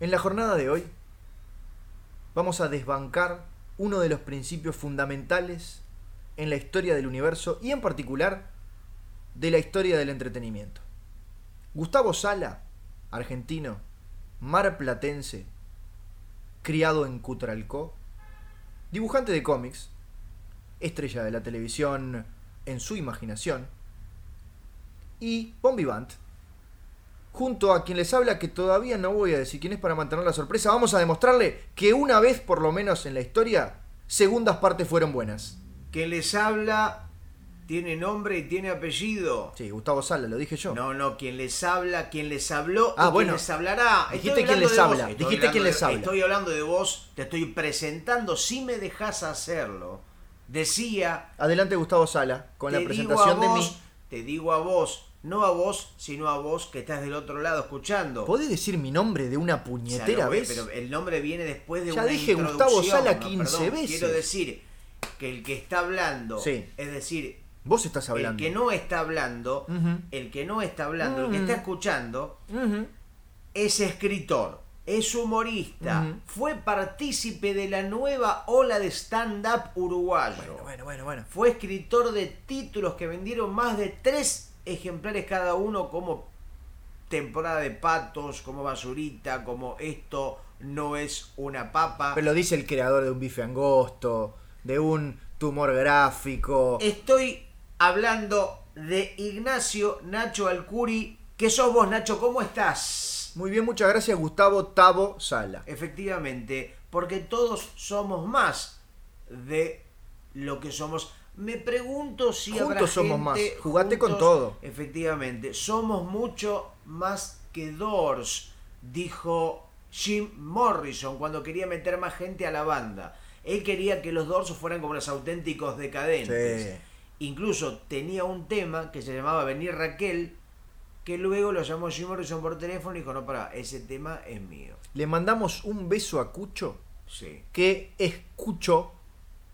En la jornada de hoy vamos a desbancar uno de los principios fundamentales en la historia del universo y en particular de la historia del entretenimiento. Gustavo Sala, argentino, marplatense, criado en Cutralcó, dibujante de cómics, estrella de la televisión en su imaginación, y Bon Vivant, junto a quien les habla, que todavía no voy a decir quién es para mantener la sorpresa, vamos a demostrarle que una vez por lo menos en la historia, segundas partes fueron buenas. que les habla tiene nombre y tiene apellido. Sí, Gustavo Sala, lo dije yo. No, no, quien les habla, quien les habló, Ah, y bueno. quien les hablará. Dijiste Estoy quién hablando les de vos, habla, estoy dijiste hablando quién les de- habla. Estoy hablando de vos, te estoy presentando, si me dejas hacerlo. Decía, Adelante Gustavo Sala, con la te digo a presentación de vos, mí. te digo a vos, no a vos, sino a vos que estás del otro lado escuchando. ¿Podés decir mi nombre de una O sea, puñetera no, vez? Pero el nombre viene después de Ya una dije Gustavo introducción, Sala no, 15 perdón, veces. Quiero decir que el que está hablando, Sí. es decir, Vos estás hablando. El que no está hablando, Ujú. el que no está hablando, el que Mm. está escuchando, Ujú. es escritor, es humorista, Ujú. fue partícipe de la nueva ola de stand-up uruguayo. Bueno, bueno, bueno, bueno. Fue escritor de títulos que vendieron más de tres ejemplares cada uno como temporada de patos, como basurita, como esto no es una papa. Pero lo dice el creador de un bife angosto, de un tumor gráfico. Estoy hablando de Ignacio Nacho Alcuri. que sos vos, Nacho? ¿Cómo estás? Muy bien, muchas gracias Gustavo Tavo Sala. Efectivamente, porque todos somos más de lo que somos. Me pregunto si habrá Juntos somos más. gente- Jugate con juntos- todo. Efectivamente, somos mucho más que Doors, dijo Jim Morrison cuando quería meter más gente a la banda. Él quería que los Doors fueran como los auténticos decadentes. Sí. Incluso tenía un tema que se llamaba Venir Raquel, que luego lo llamó Jim Morrison por teléfono y dijo, no, pará, ese tema es mío. Le mandamos un beso a Cucho Sí. que escuchó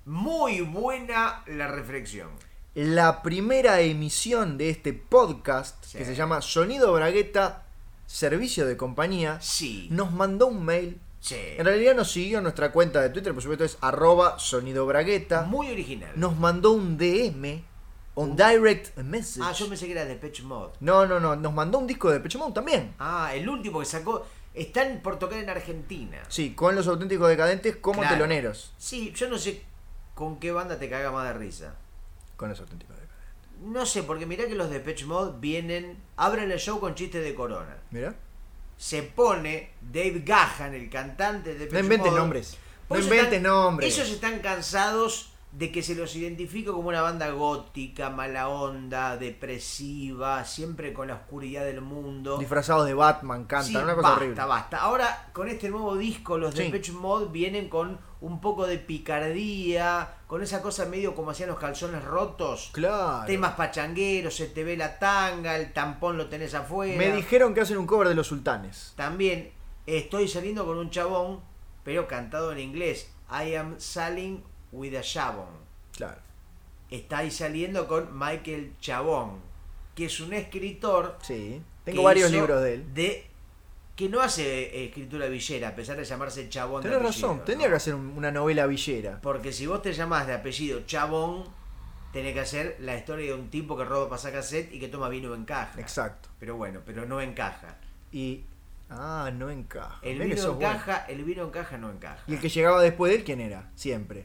Muy buena la reflexión. la primera emisión de este podcast Sí. que se llama Sonido Bragueta Servicio de Compañía. Sí. Nos mandó un mail. Sí. En realidad nos siguió en nuestra cuenta de Twitter, por supuesto es arroba Sonido Bragueta. Muy original. nos mandó un DM, un direct message. Ah, yo pensé que era de Patch Mod. No, no, no, nos mandó un disco de Depeche Mode también. Ah, el último que sacó. Están por tocar en Argentina. Sí, con los auténticos decadentes como Claro. teloneros. Sí, yo no sé con qué banda te caga más de risa. Con los auténticos decadentes. No sé, porque mirá que los de Patch Mod vienen, abren el show con chistes de corona. Mira. se pone Dave Gahan, el cantante de No Depeche inventes Mode. nombres. Por No eso inventes están- nombres. Ellos están cansados de que se los identifique como una banda gótica, mala onda, depresiva, siempre con la oscuridad del mundo. Disfrazados de Batman, cantan, Sí, una cosa basta, horrible. basta. Ahora, con este nuevo disco, los Sí. de Depeche Mode vienen con un poco de picardía, con esa cosa medio como hacían los calzones rotos. Claro. Temas pachangueros, se te ve la tanga, el tampón lo tenés afuera. Me dijeron que hacen un cover de los sultanes. También estoy saliendo con un chabón, pero cantado en inglés. I am saling with a chabón. Claro. Estáis saliendo con Michael Chabón, que es un escritor. Sí. que Tengo varios hizo libros de él. de- que no hace eh, escritura villera, a pesar de llamarse Chabón. de Tenés apellido, razón, ¿no? tendría que hacer un- una novela villera. Porque si vos te llamás de apellido Chabón, tenés que hacer la historia de un tipo que roba pasacassette y que toma vino en caja. Exacto. Pero bueno, pero no encaja. Y. Ah, no encaja. El Mirá que vino sos bueno. encaja, el vino encaja, no encaja. ¿Y el que llegaba después de él quién era? Siempre.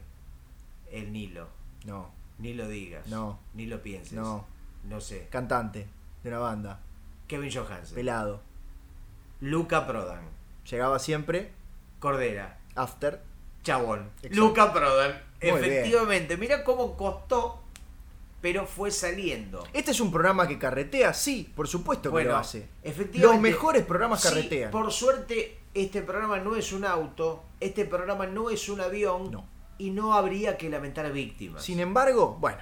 El Nilo. No. Ni lo digas. No. Ni lo pienses. No. No sé. Cantante de una banda. Kevin Johansen. Pelado. Luca Prodan. Llegaba siempre. Cordera. After. Chabón. Exacto. Luca Prodan. Muy bien. Efectivamente. Mira cómo costó, pero fue saliendo. Este es un programa que carretea, sí, por supuesto que lo hace. efectivamente. Los mejores programas Sí, carretean. Por suerte, este programa no es un auto, este programa no es un avión No. y no habría que lamentar víctimas. Sin em- embargo, bueno,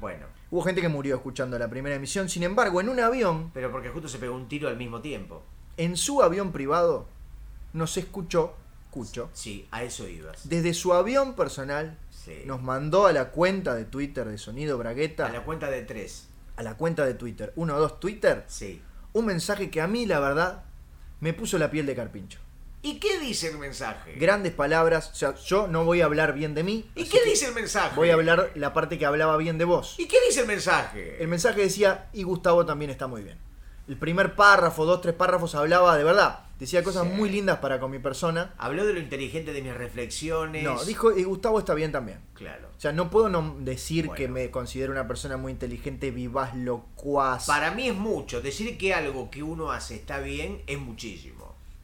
Bueno, hubo gente que murió escuchando la primera emisión. Sin embargo, en un avión, pero porque justo se pegó un tiro al mismo tiempo. en su avión privado, nos escuchó, escuchó, Sí, a eso ibas. desde su avión personal, eh, Sí. nos mandó a la cuenta de Twitter de Sonido Bragueta, A la cuenta de tres. a la cuenta de Twitter 1, 2 Twitter, Sí. un mensaje que a mí, la verdad, me puso la piel de carpincho. ¿Y qué dice el mensaje? Grandes palabras, o sea, yo no voy a hablar bien de mí. ¿Y así qué que dice el mensaje? Voy a hablar la parte que hablaba bien de vos. ¿Y qué dice el mensaje? El mensaje decía, y Gustavo también está muy bien. El primer párrafo, dos, tres párrafos hablaba de verdad. Decía cosas Sí. muy lindas para con mi persona. Habló de lo inteligente de mis reflexiones. No, dijo, y Gustavo está bien también. Claro. O sea, no puedo no decir Bueno. que me considero una persona muy inteligente, vivaz, locuaz. Para mí es mucho. Decir que algo que uno hace está bien es muchísimo.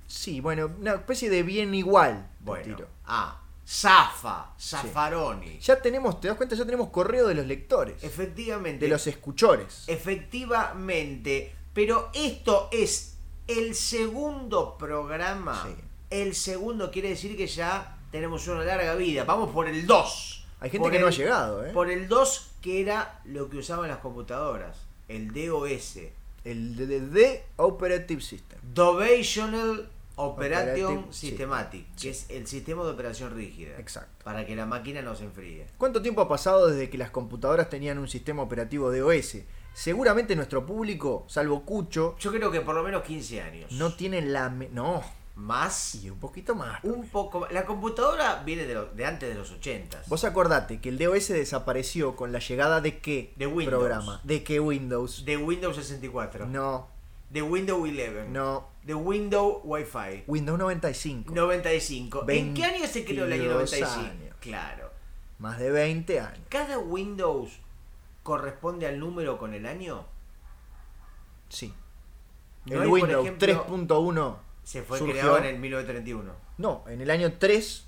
Sí, bueno, una especie de bien igual. de Bueno. tiro. Ah, Zafa, Zafaroni. Ya tenemos, te das cuenta, ya tenemos correo de los lectores, Efectivamente. de los escuchores. eh, Efectivamente, pero esto es el segundo programa. Sí. El segundo quiere decir que ya tenemos una larga vida. Vamos por el 2. Hay gente que no ha llegado, ¿eh? Por el 2, que era lo que usaban las computadoras. El DOS. El DDD Operative System. Dovational Operation Operative Systematic, que Sí. es el sistema de operación rígida. Exacto. Para que la máquina no se enfríe. ¿Cuánto tiempo ha pasado desde que las computadoras tenían un sistema operativo DOS? Seguramente nuestro público, salvo Cucho, Yo creo que por lo menos 15 años. no tiene la... me- no, Más. y un poquito más. Un poco. La computadora viene de, lo- de antes de los 80. Vos acordate que el DOS desapareció con la llegada de qué De Windows. programa? ¿De qué Windows? De Windows 64. No, De Windows 11. no. De Windows Wi-Fi. Windows 95. 95. ¿En qué año se creó el año 22 95? años. Claro. Más de 20 años. ¿Cada Windows corresponde al número con el año? Sí. No el hay, por Windows ejemplo, 3.1 Se fue surgió- creado en el 1931.1. No, en el año 3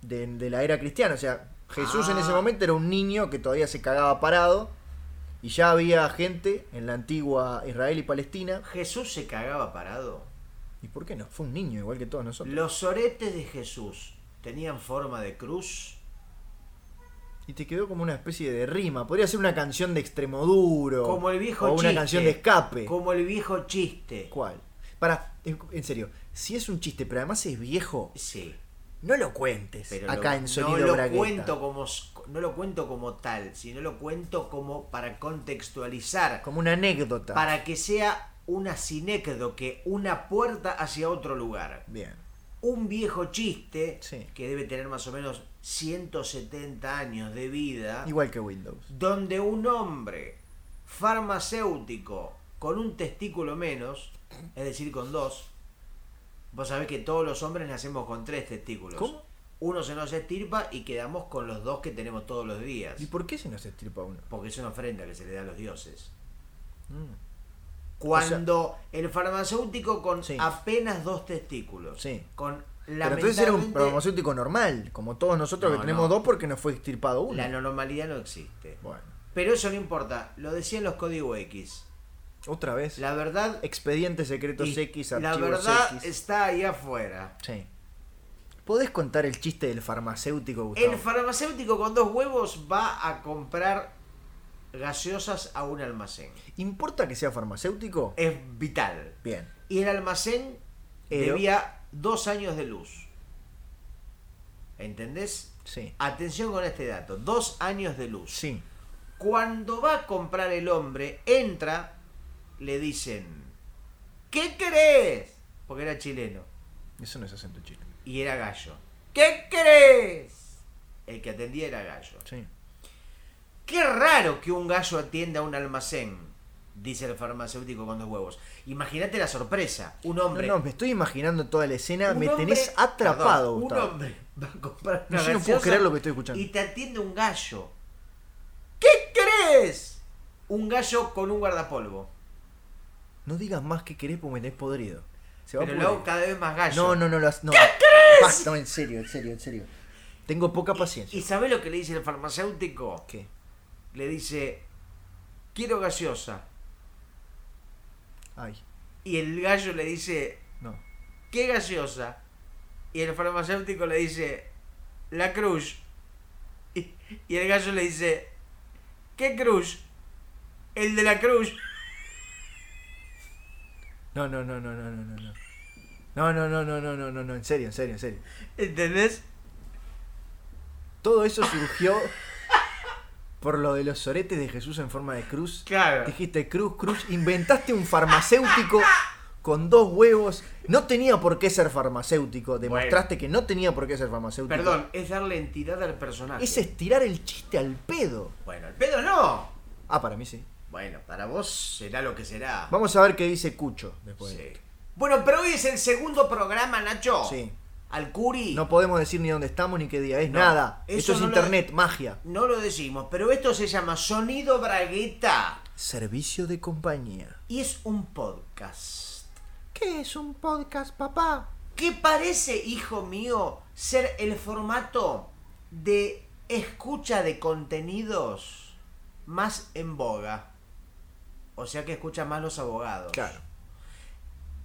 de, de la era cristiana. O sea, Jesús en ese Ah. momento era un niño que todavía se cagaba parado. Y ya había gente en la antigua Israel y Palestina. Jesús se cagaba parado. ¿Y por qué no? Fue un niño igual que todos nosotros. Los oretes de Jesús tenían forma de cruz. Y te quedó como una especie de rima. Podría ser una canción de Extremoduro. Como el viejo O una chiste. canción de escape. Como el viejo chiste. ¿Cuál? Para, en serio, si es un chiste, pero además es viejo, Sí. no lo cuentes Pero acá lo- en Sonido no lo Bragueta. cuento como s- no lo cuento como tal, sino lo cuento como para contextualizar, Como una anécdota. para que sea una sinécdoque, una puerta hacia otro lugar. Bien. Un viejo chiste Sí. que debe tener más o menos 170 años de vida, Igual que Windows. donde un hombre farmacéutico con un testículo menos, es decir, con dos, vos sabés que todos los hombres nacemos con tres testículos. ¿Cómo? Uno se nos estirpa y quedamos con los dos que tenemos todos los días. ¿Y por qué se nos estirpa uno? Porque es una ofrenda que se le da a los dioses. Mm, Cuando el farmacéutico con Sí. apenas dos testículos, Sí. con Pero entonces era un lamentablemente, farmacéutico normal, como todos nosotros No, que tenemos no. dos porque nos fue extirpado uno. la normalidad no existe. Bueno, Pero eso no importa, lo decían los códigos X. otra vez. La verdad Expedientes secretos Y X, La archivos verdad X. está ahí afuera. Sí. ¿Podés contar el chiste del farmacéutico, Gustavo? El farmacéutico con dos huevos va a comprar gaseosas a un almacén. ¿Importa que sea farmacéutico? Es vital. Bien. Y el almacén Pero- debía dos años de luz. ¿Entendés? Sí. Atención con este dato. Dos años de luz. Sí. Cuando va a comprar el hombre, entra, le dicen, ¿qué querés? Porque era chileno. Eso no es acento chino. y era Gallo. ¿Qué crees? El que atendía era Gallo. Sí. Qué raro que un gallo atienda un almacén, dice el farmacéutico con dos huevos. Imagínate la sorpresa. Un hombre. No, no, me estoy imaginando toda la escena, un me hombre- tenés atrapado, Perdón, Gustavo. Un hombre va a comprar No, una yo no puedo gaseosa creer lo que estoy escuchando. Y te atiende un gallo. ¿Qué crees? Un gallo con un guardapolvo. No digas más que querés porque me tenés podrido. Se va a Pero luego pudrir. cada vez más gallo. No, no, no lo has- no. crees? Basta, no, en serio, en serio, en serio. Tengo poca paciencia. ¿Y sabés lo que le dice el farmacéutico? ¿Qué? Le dice, quiero gaseosa. Ay, Y el gallo le dice, no. qué gaseosa. Y el farmacéutico le dice, la cruz. Y, y el gallo le dice, ¿qué cruz? El de la cruz. No, no, no, no, no, no, no, no. No, no, no, no, no, no, no, no, en serio, en serio, en serio. ¿Entendés? Todo eso surgió por lo de los soretes de Jesús en forma de cruz. Claro. Dijiste cruz, cruz, inventaste un farmacéutico con dos huevos. No tenía por qué ser farmacéutico. Demostraste que no tenía por qué ser farmacéutico. Perdón, es darle entidad al personaje. Es este. estirar el chiste al pedo. Bueno, el pedo no. Ah, para mí sí. Bueno, para vos será lo que será. Vamos a ver qué dice Cucho después. Sí. Bueno, pero hoy es el segundo programa, Nacho. Sí. Al Curi. No podemos decir ni dónde estamos ni qué día es, No, nada. eso Esto es no lo- internet, magia. No lo decimos, pero esto se llama Sonido Bragueta Servicio de compañía. y es un podcast ¿Qué es un podcast, papá? que parece, hijo mío, ser el formato de escucha de contenidos más en boga. O sea que escuchan más los abogados. Claro.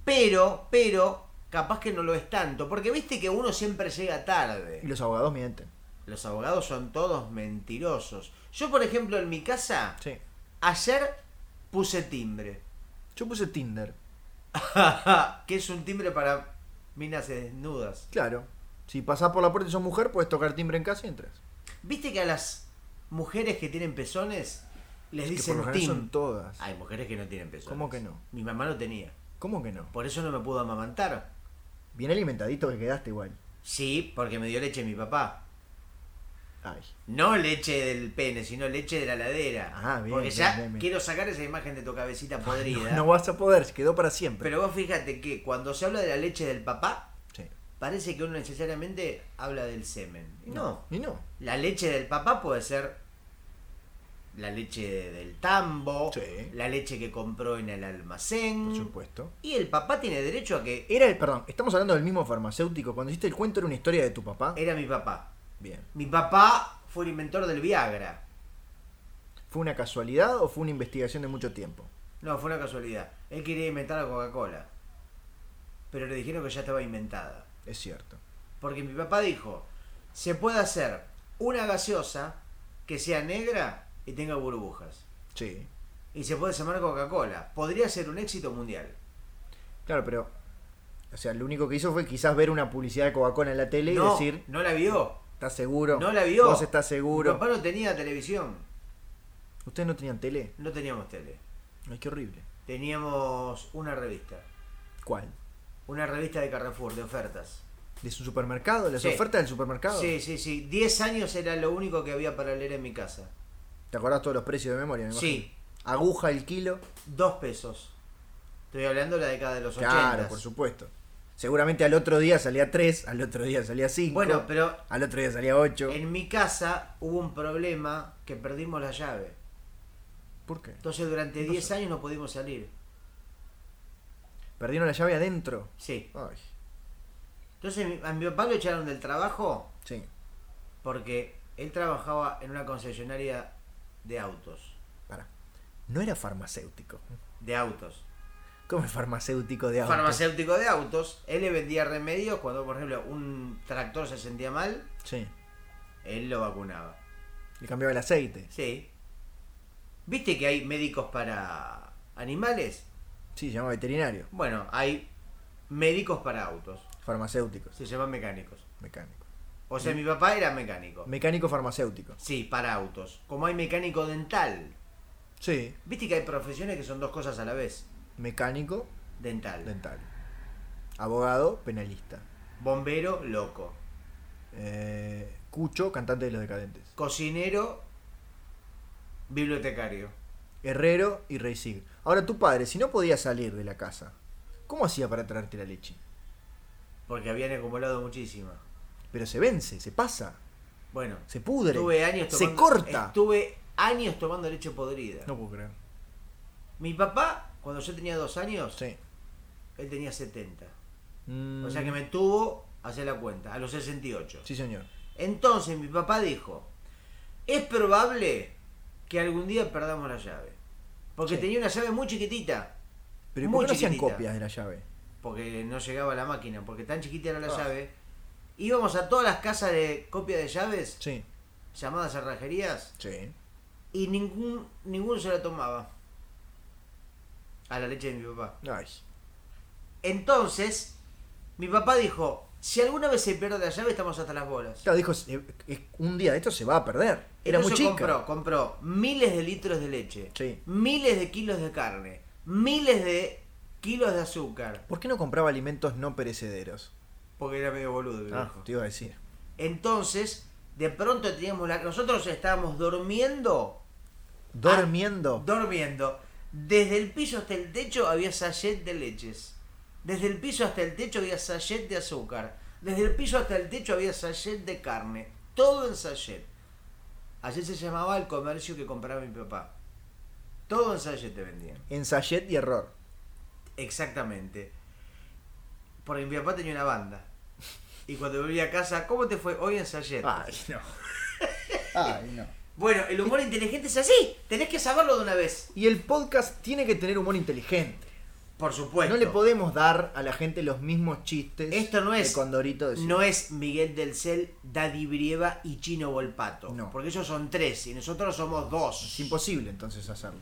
Pero, pero, capaz que no lo es tanto, porque viste que uno siempre llega tarde. Y los abogados mienten. Los abogados son todos mentirosos. Yo, por ejemplo, en mi casa, Sí. ayer puse timbre. Yo puse Tinder. que es un timbre para minas desnudas. Claro. Si pasás por la puerta y sos mujer, puedes tocar timbre en casa y entras. ¿Viste que a las mujeres que tienen pezones les Es que por dicen lo general tim? son todas. Hay mujeres que no tienen pezones. ¿Cómo que no? Mi mamá lo tenía. ¿Cómo que no? Por eso no me pudo amamantar. Bien alimentadito que quedaste igual. Sí, porque me dio leche mi papá. Ay. No leche del pene, sino leche de la ladera. Ah, bien, Porque bien, ya bien, bien. quiero sacar esa imagen de tu cabecita podrida. No vas a poder, se quedó para siempre. Pero vos fíjate que cuando se habla de la leche del papá, Sí. parece que uno necesariamente habla del semen. Y no. Y no. La leche del papá puede ser la leche de- del tambo, Sí. la leche que compró en el Por almacén. supuesto. Y el papá tiene derecho a que Era el, perdón, estamos hablando del mismo farmacéutico. Cuando hiciste el cuento era una historia de tu papá. era mi papá. Bien. Mi papá fue el inventor del Viagra. ¿Fue una casualidad o fue una investigación de mucho tiempo? No, fue una casualidad. Él quería inventar la Coca-Cola. Pero le dijeron que ya estaba inventada. Es cierto. Porque mi papá dijo, se puede hacer una gaseosa que sea negra y tenga burbujas. Sí. Y se puede llamar Coca-Cola. Podría ser un éxito mundial. Claro, pero. O sea, lo único que hizo fue quizás ver una publicidad de Coca-Cola en la tele y No, decir, no la vio. ¿estás seguro? No la vio. ¿Vos estás seguro? Mi papá no tenía televisión. ¿Ustedes no tenían tele? No teníamos tele. Ay, qué horrible. Teníamos una revista. ¿Cuál? Una revista de Carrefour, de ofertas. ¿De su supermercado? ¿Las Sí. ofertas del supermercado? Sí, sí, sí. 10 años era lo único que había para leer en mi casa. ¿Te acordás todos los precios de memoria? me imagino? Sí, Aguja el kilo. dos pesos. Estoy hablando de la década de los 80. Claro, por supuesto. Seguramente al otro día salía 3, al otro día salía 5. Bueno, pero Al otro día salía 8. en mi casa hubo un problema que perdimos la llave. ¿Por qué? Entonces durante 10 años no pudimos salir. Perdieron la llave adentro. Sí. Ay, Entonces mi- a mi papá lo echaron del trabajo sí. porque él trabajaba en una concesionaria de autos. Pará. No era farmacéutico. De autos. ¿Cómo es farmacéutico de auto? Farmacéutico de autos. Él le vendía remedios cuando, por ejemplo, un tractor se sentía mal, Sí. él lo vacunaba. Le cambiaba el aceite. Sí. ¿Viste que hay médicos para animales? Sí, se llama veterinario. Bueno, hay médicos para autos. Farmacéutico. Se llaman mecánicos. Mecánico. O ¿Mm? sea, mi papá era mecánico. Mecánico farmacéutico. Sí, para autos. Como hay mecánico dental. Sí. ¿Viste que hay profesiones que son dos cosas a la vez? Mecánico Dental. dental. Abogado penalista. Bombero, loco. Eh, Cucho, cantante de los decadentes. Cocinero, bibliotecario. Herrero y Reisig. Ahora, tu padre, si no podía salir de la casa, ¿cómo hacía para traerte la leche? Porque habían acumulado muchísima. Pero se vence, se pasa, Bueno, se pudre, estuve años se tomando, corta. Estuve años tomando leche podrida. No puedo creer. Mi papá, cuando yo tenía dos años, Sí. él tenía 70. Mm, O sea que me tuvo, hacer la cuenta, a los 68. Sí, señor. Entonces mi papá dijo, es probable que algún día perdamos la llave. Porque Sí. tenía una llave muy chiquitita. Pero ¿y Muy ¿por qué no hacían chiquitita. copias de la llave? porque no llegaba la máquina, porque tan chiquita era la Ah. llave. Íbamos a todas las casas de copia de llaves, Sí. llamadas cerrajerías, Sí. y ningún ninguno se la tomaba. A la leche de mi papá. Ay. Entonces, mi papá dijo, si alguna vez se pierde la llave, estamos hasta las bolas. Claro, dijo, eh, eh, un día de esto se va a perder. Era muy Entonces chica. compró, compró miles de litros de leche, Sí. miles de kilos de carne, miles de kilos de azúcar. ¿Por qué no compraba alimentos no perecederos? Porque era medio boludo. el Ah, viejo. te iba a decir. Entonces, de pronto teníamos la... Nosotros estábamos durmiendo Dormiendo. Ah. Durmiendo. Desde el piso hasta el techo había sachet de leches. Desde el piso hasta el techo había sachet de azúcar. Desde el piso hasta el techo había sachet de carne. Todo en sachet. Así se llamaba el comercio que compraba mi papá. Todo en sachet te vendían. en sachet y error. Exactamente. Porque mi papá tenía una banda. Y cuando volví a casa, ¿cómo te fue hoy en sachet? Ay, no. Ay, no. Bueno, el humor inteligente es así. Tenés que saberlo de una vez. Y el podcast tiene que tener humor inteligente. Por supuesto. No le podemos dar a la gente los mismos chistes Esto no es- de Condorito de Sila. No es Miguel del Cel, Daddy Brieva y Chino Volpato. No. Porque ellos son tres y nosotros somos dos. Es imposible entonces hacerlo.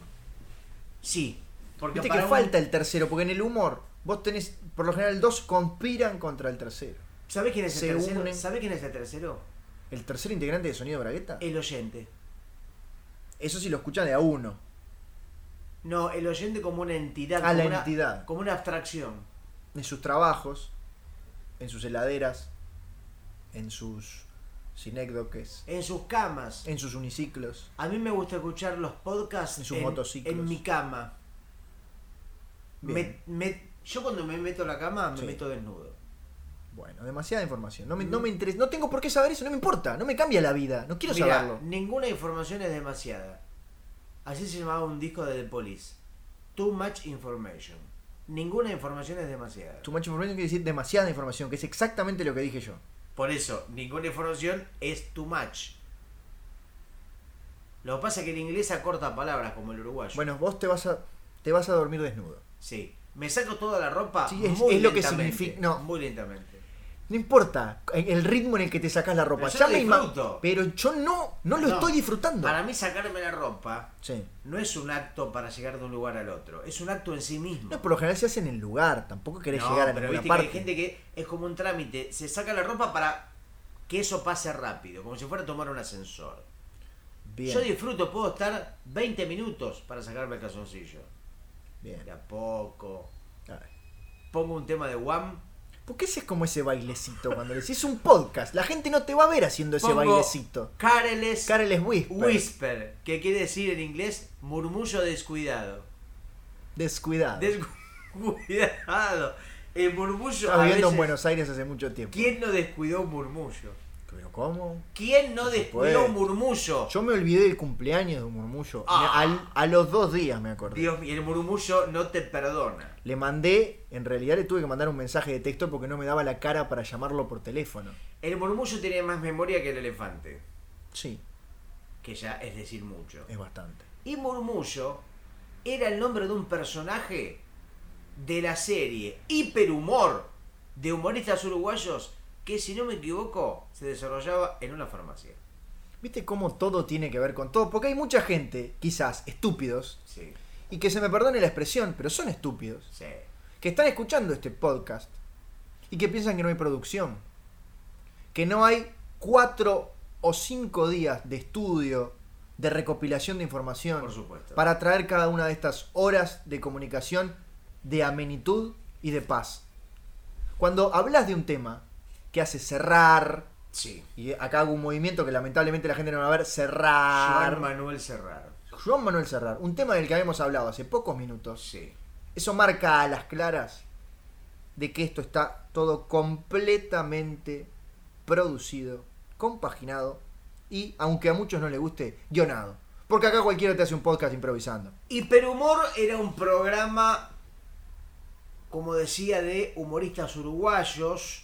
Sí. Porque Viste que para un- falta el tercero, porque en el humor vos tenés, por lo general, dos conspiran contra el tercero. ¿Sabés quién es se el tercero? unen. ¿Sabés quién es el tercero? El tercer integrante de Sonido Bragueta, El oyente. eso sí lo escuchan de a uno. No, el oyente como una entidad. Ah, como la una, entidad. Como una abstracción. En sus trabajos, en sus heladeras, en sus sinécdoques, En sus camas. en sus uniciclos. A mí me gusta escuchar los podcasts En sus motociclos. en mi cama. Bien. Me- me- yo cuando me meto a la cama me Sí. meto desnudo. Bueno, demasiada información. No me, Mm. no me interesa. No tengo por qué saber eso, no me importa. No me cambia la vida. No quiero Mirá, saberlo. ninguna información es demasiada. Así se llamaba un disco de The Police. Too much information. Ninguna información es demasiada. Too much information quiere decir demasiada información, que es exactamente lo que dije yo. Por eso, ninguna información es too much. Lo que pasa es que el inglés acorta palabras como el uruguayo. Bueno, vos te vas a, te vas a dormir desnudo. Sí. Me saco toda la ropa Sí, es- muy es lo que lentamente, significa- no. Muy lentamente. No importa el ritmo en el que te sacas la ropa. Pero yo lo me ima- disfruto. Pero yo no, no lo No. estoy disfrutando. Para mí sacarme la ropa Sí. no es un acto para llegar de un lugar al otro. Es un acto en sí mismo. No, por lo general se hace en el lugar. Tampoco querés No, llegar a pero ninguna viste parte. que hay gente que es como un trámite, se saca la ropa para que eso pase rápido, como si fuera a tomar un ascensor. Bien, Yo disfruto, puedo estar 20 minutos para sacarme el calzoncillo. bien. De a poco. A ver. Pongo un tema de Wham. ¿Por qué haces como ese bailecito cuando le decís un podcast? La gente no te va a ver haciendo ese pongo bailecito. Careless Carol es Whisper. Whisper, que quiere decir en inglés murmullo descuidado. Descuidado. Descuidado. El murmullo. Estaba a viviendo en veces- Buenos Aires hace mucho tiempo. ¿Quién no descuidó un murmullo? ¿Pero cómo? ¿Quién no descuidó un supuesto. murmullo? Yo me olvidé del cumpleaños de un murmullo. Ah. Al- a los dos días me acordé. Dios mío, el murmullo no te perdona. Le mandé, en realidad le tuve que mandar un mensaje de texto porque no me daba la cara para llamarlo por teléfono. El murmullo tiene más memoria que el elefante, Sí, que ya es decir mucho. es bastante. Y murmullo era el nombre de un personaje de la serie Hiperhumor de humoristas uruguayos que, si no me equivoco, se desarrollaba en una farmacia. ¿Viste cómo todo tiene que ver con todo? Porque hay mucha gente, quizás estúpidos, Sí, y que se me perdone la expresión, pero son estúpidos, sí. que están escuchando este podcast y que piensan que no hay producción, que no hay cuatro o cinco días de estudio, de recopilación de información, Por supuesto. para traer cada una de estas horas de comunicación de amenitud y de paz. Cuando hablas de un tema que hace cerrar, Sí. y acá hago un movimiento que lamentablemente la gente no va a ver, Juan cerrar. Manuel Serraro. Juan Manuel Cerrar, un tema del que habíamos hablado hace pocos minutos, Sí. eso marca a las claras de que esto está todo completamente producido, compaginado y, aunque a muchos no les guste, guionado. Porque acá cualquiera te hace un podcast improvisando. Hiperhumor era un programa, como decía, de humoristas uruguayos.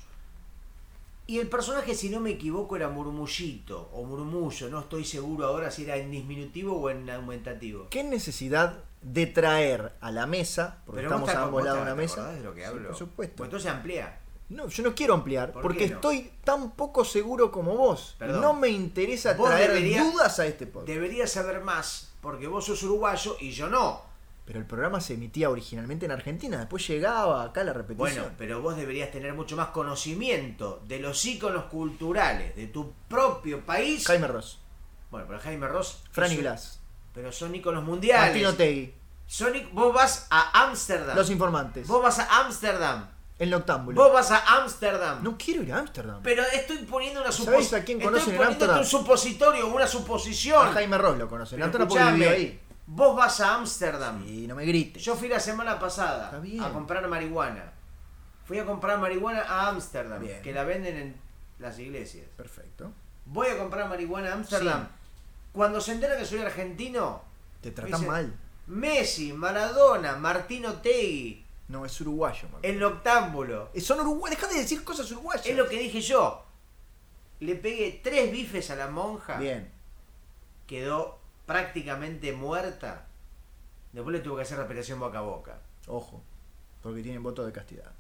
Y el personaje, si no me equivoco, era murmullito o murmullo. No estoy seguro ahora si era en disminutivo o en aumentativo. ¿Qué necesidad de traer a la mesa, porque vos estamos te a acordás- ambos lados de una ¿te mesa? acordás de lo que Sí, hablo? por supuesto. Bueno, entonces amplía. No, yo no quiero ampliar, ¿Por porque qué no? estoy tan poco seguro como vos. Perdón. No me interesa Vos traer deberías- dudas a este podcast. Deberías saber más porque vos sos uruguayo y yo no. Pero el programa se emitía originalmente en Argentina, después llegaba acá la repetición. Bueno, pero vos deberías tener mucho más conocimiento de los íconos culturales de tu propio país. Jaime Ross, Bueno, pero Jaime Ross. Franny es un- Glass, Pero son íconos mundiales. Martino Tegui, Sonic, vos vas a Ámsterdam. Los informantes. Vos vas a Ámsterdam. El noctámbulo. Vos vas a Ámsterdam. No quiero ir a Ámsterdam. Pero estoy poniendo una suposición. ¿Sabés a quién conocen en Estoy poniendo Ámsterdam? un supositorio, una suposición. A Ah, Jaime Ross lo conocen. Pero Ámsterdam porque vivió escuchame, ahí. Vos vas a Ámsterdam. Y no me grites. Yo fui la semana pasada Está bien. a comprar marihuana. Fui a comprar marihuana a Ámsterdam, Bien. que la venden en las iglesias. Perfecto. Voy a comprar marihuana a Ámsterdam. Cuando se entera que soy argentino, Te me tratan dice, mal. Messi, Maradona, Martín Otegui, No, es uruguayo, Marco. el noctámbulo. Eh, Son uruguayos. Deja de decir cosas uruguayas. Es lo que dije yo. Le pegué tres bifes a la monja. Bien. Quedó prácticamente muerta. Después le tuvo que hacer respiración boca a boca. Ojo. Porque tienen voto de castidad. Ah,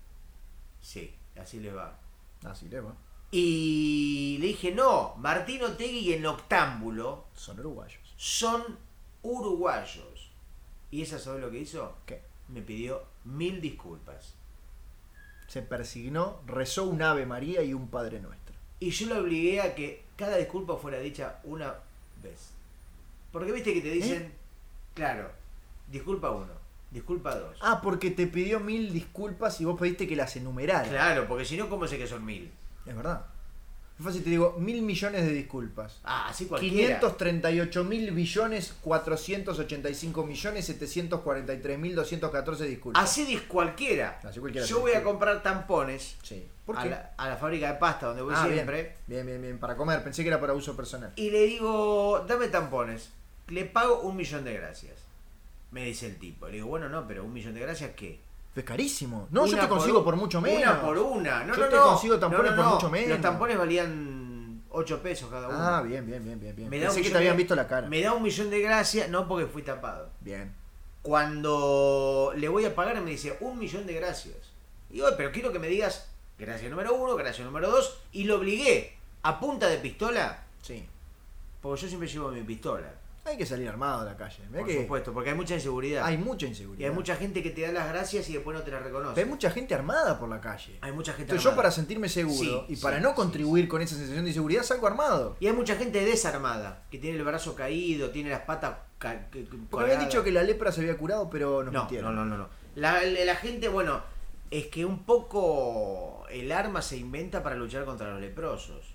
Sí, así le va. Así le va. Y le dije, no, Martín Otegui y el Noctámbulo Son uruguayos. son uruguayos. Y esa sabe lo que hizo. ¿Qué? Me pidió mil disculpas. Se persignó, rezó un Ave María y un Padre Nuestro. Y yo lo obligué a que cada disculpa fuera dicha una vez. Porque viste que te ¿Eh? dicen, claro, disculpa uno, disculpa dos. Ah, porque te pidió mil disculpas y vos pediste que las enumerara. Claro, porque si no, ¿cómo sé que son mil? Es verdad. Es fácil, te digo, mil millones de disculpas. Ah, así cualquiera. 538 mil billones 485 millones 743 mil 214 disculpas. Así dis cualquiera. Así cualquiera yo se voy a disculpa. comprar tampones Sí. ¿Por a qué? la, a la fábrica de pasta donde voy Ah, bien. siempre. Bien, bien, bien. Para comer. Pensé que era para uso personal. Y le digo, dame tampones. Le pago un millón de gracias. Me dice el tipo. Le digo, bueno, no, pero un millón de gracias, ¿qué? Es carísimo. No, yo Una te consigo un- por, mucho menos. Una por una. No, Yo no, te no. consigo tampones No, no, por no. mucho menos. Los tampones valían 8 pesos cada uno. Ah, bien, bien, bien, bien. bien. Me da Pensé un que te millón habían de- visto la cara. Me da un millón de gracias, no porque fui tapado. Bien. Cuando le voy a pagar me dice un millón de gracias. Y digo, pero quiero que me digas gracias número uno, gracias número dos. Y lo obligué a punta de pistola, Sí. porque yo siempre llevo mi pistola. Hay que salir armado a la calle. Mirá Por que supuesto, porque hay mucha inseguridad. hay mucha Y inseguridad. hay mucha gente que te da las gracias y después no te las reconoce. Hay mucha gente armada por la calle. Hay mucha gente Entonces yo armada. para sentirme seguro Sí, y para sí, no sí, contribuir con esa sensación de inseguridad salgo armado. Y hay mucha gente desarmada, que tiene el brazo caído, tiene las patas ca- que- que- Porque habían colgadas. dicho que la lepra se había curado, pero nos no, no, mintieron. no, no, no. La, la- la gente, bueno, es que un poco el arma se inventa para luchar contra los leprosos.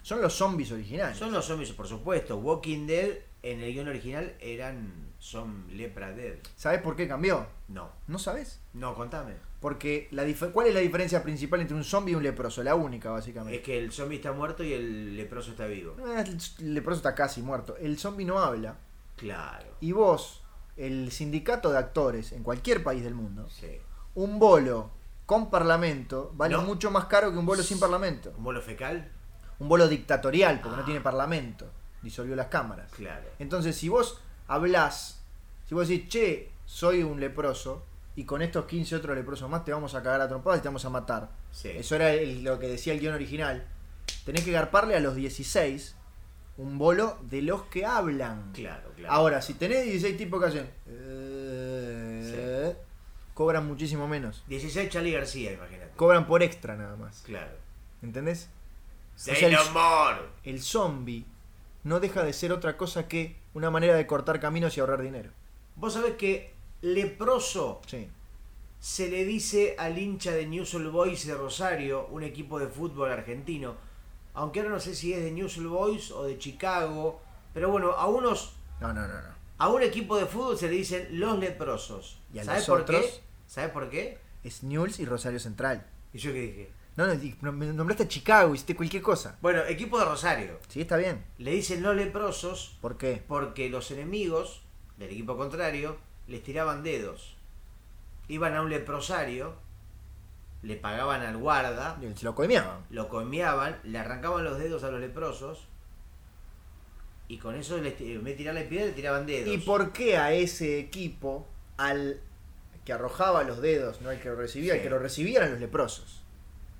Son los zombies originales. Son los zombies, por supuesto. Walking Dead en el guión original eran son lepra dead. ¿Sabes por qué cambió? No, No sabes. no, contame. Porque la dif- ¿cuál es la diferencia principal entre un zombie y un leproso? La única, Es básicamente. que el zombie está muerto y el leproso está vivo. Eh, El leproso está casi muerto. El zombie no habla. Claro. Y vos, el sindicato de actores en cualquier país del mundo, Sí. un bolo con parlamento vale No. mucho más caro que un bolo sin parlamento. ¿Un bolo fecal? Un bolo dictatorial, porque no Ah. tiene parlamento. Disolvió las cámaras. Claro. Entonces, si vos hablás, si vos decís, che, soy un leproso, y con estos 15 otros leprosos más te vamos a cagar a trompadas y te vamos a matar. Sí. Eso era el- lo que decía el guión original. Tenés que garparle a los 16 un bolo de los que hablan. Claro, claro. Ahora, si tenés 16 tipos que hacen, eh, cobran muchísimo menos. 16 Charlie García, imagínate. Cobran por extra nada más. Claro. ¿Entendés? Say sea, el- no more. El zombie no deja de ser otra cosa que una manera de cortar caminos y ahorrar dinero. Vos sabés que leproso Sí. se le dice al hincha de News Old Boys de Rosario, un equipo de fútbol argentino. Aunque ahora no sé si es de News Old Boys o de Chicago. Pero bueno, a unos No, no, no, no. a un equipo de fútbol se le dicen los leprosos. ¿Y a los ¿Sabés por otros? qué? ¿Sabés por qué? Es Newell's y Rosario Central. ¿Y yo qué dije? No, no, di- me nombraste a Chicago, hiciste cualquier cosa. Bueno, equipo de Rosario. Sí, está bien. Le dicen los leprosos ¿Por qué? porque los enemigos del equipo contrario les tiraban dedos. Iban a un leprosario, le pagaban al guarda, Se lo coimeaban. lo comeaban, le arrancaban los dedos a los leprosos y con eso les, ti- en vez de tirarle piedra le tiraban dedos. ¿Y por qué a ese equipo, al que arrojaba los dedos, no al que lo recibía, Sí. al que lo recibían los leprosos?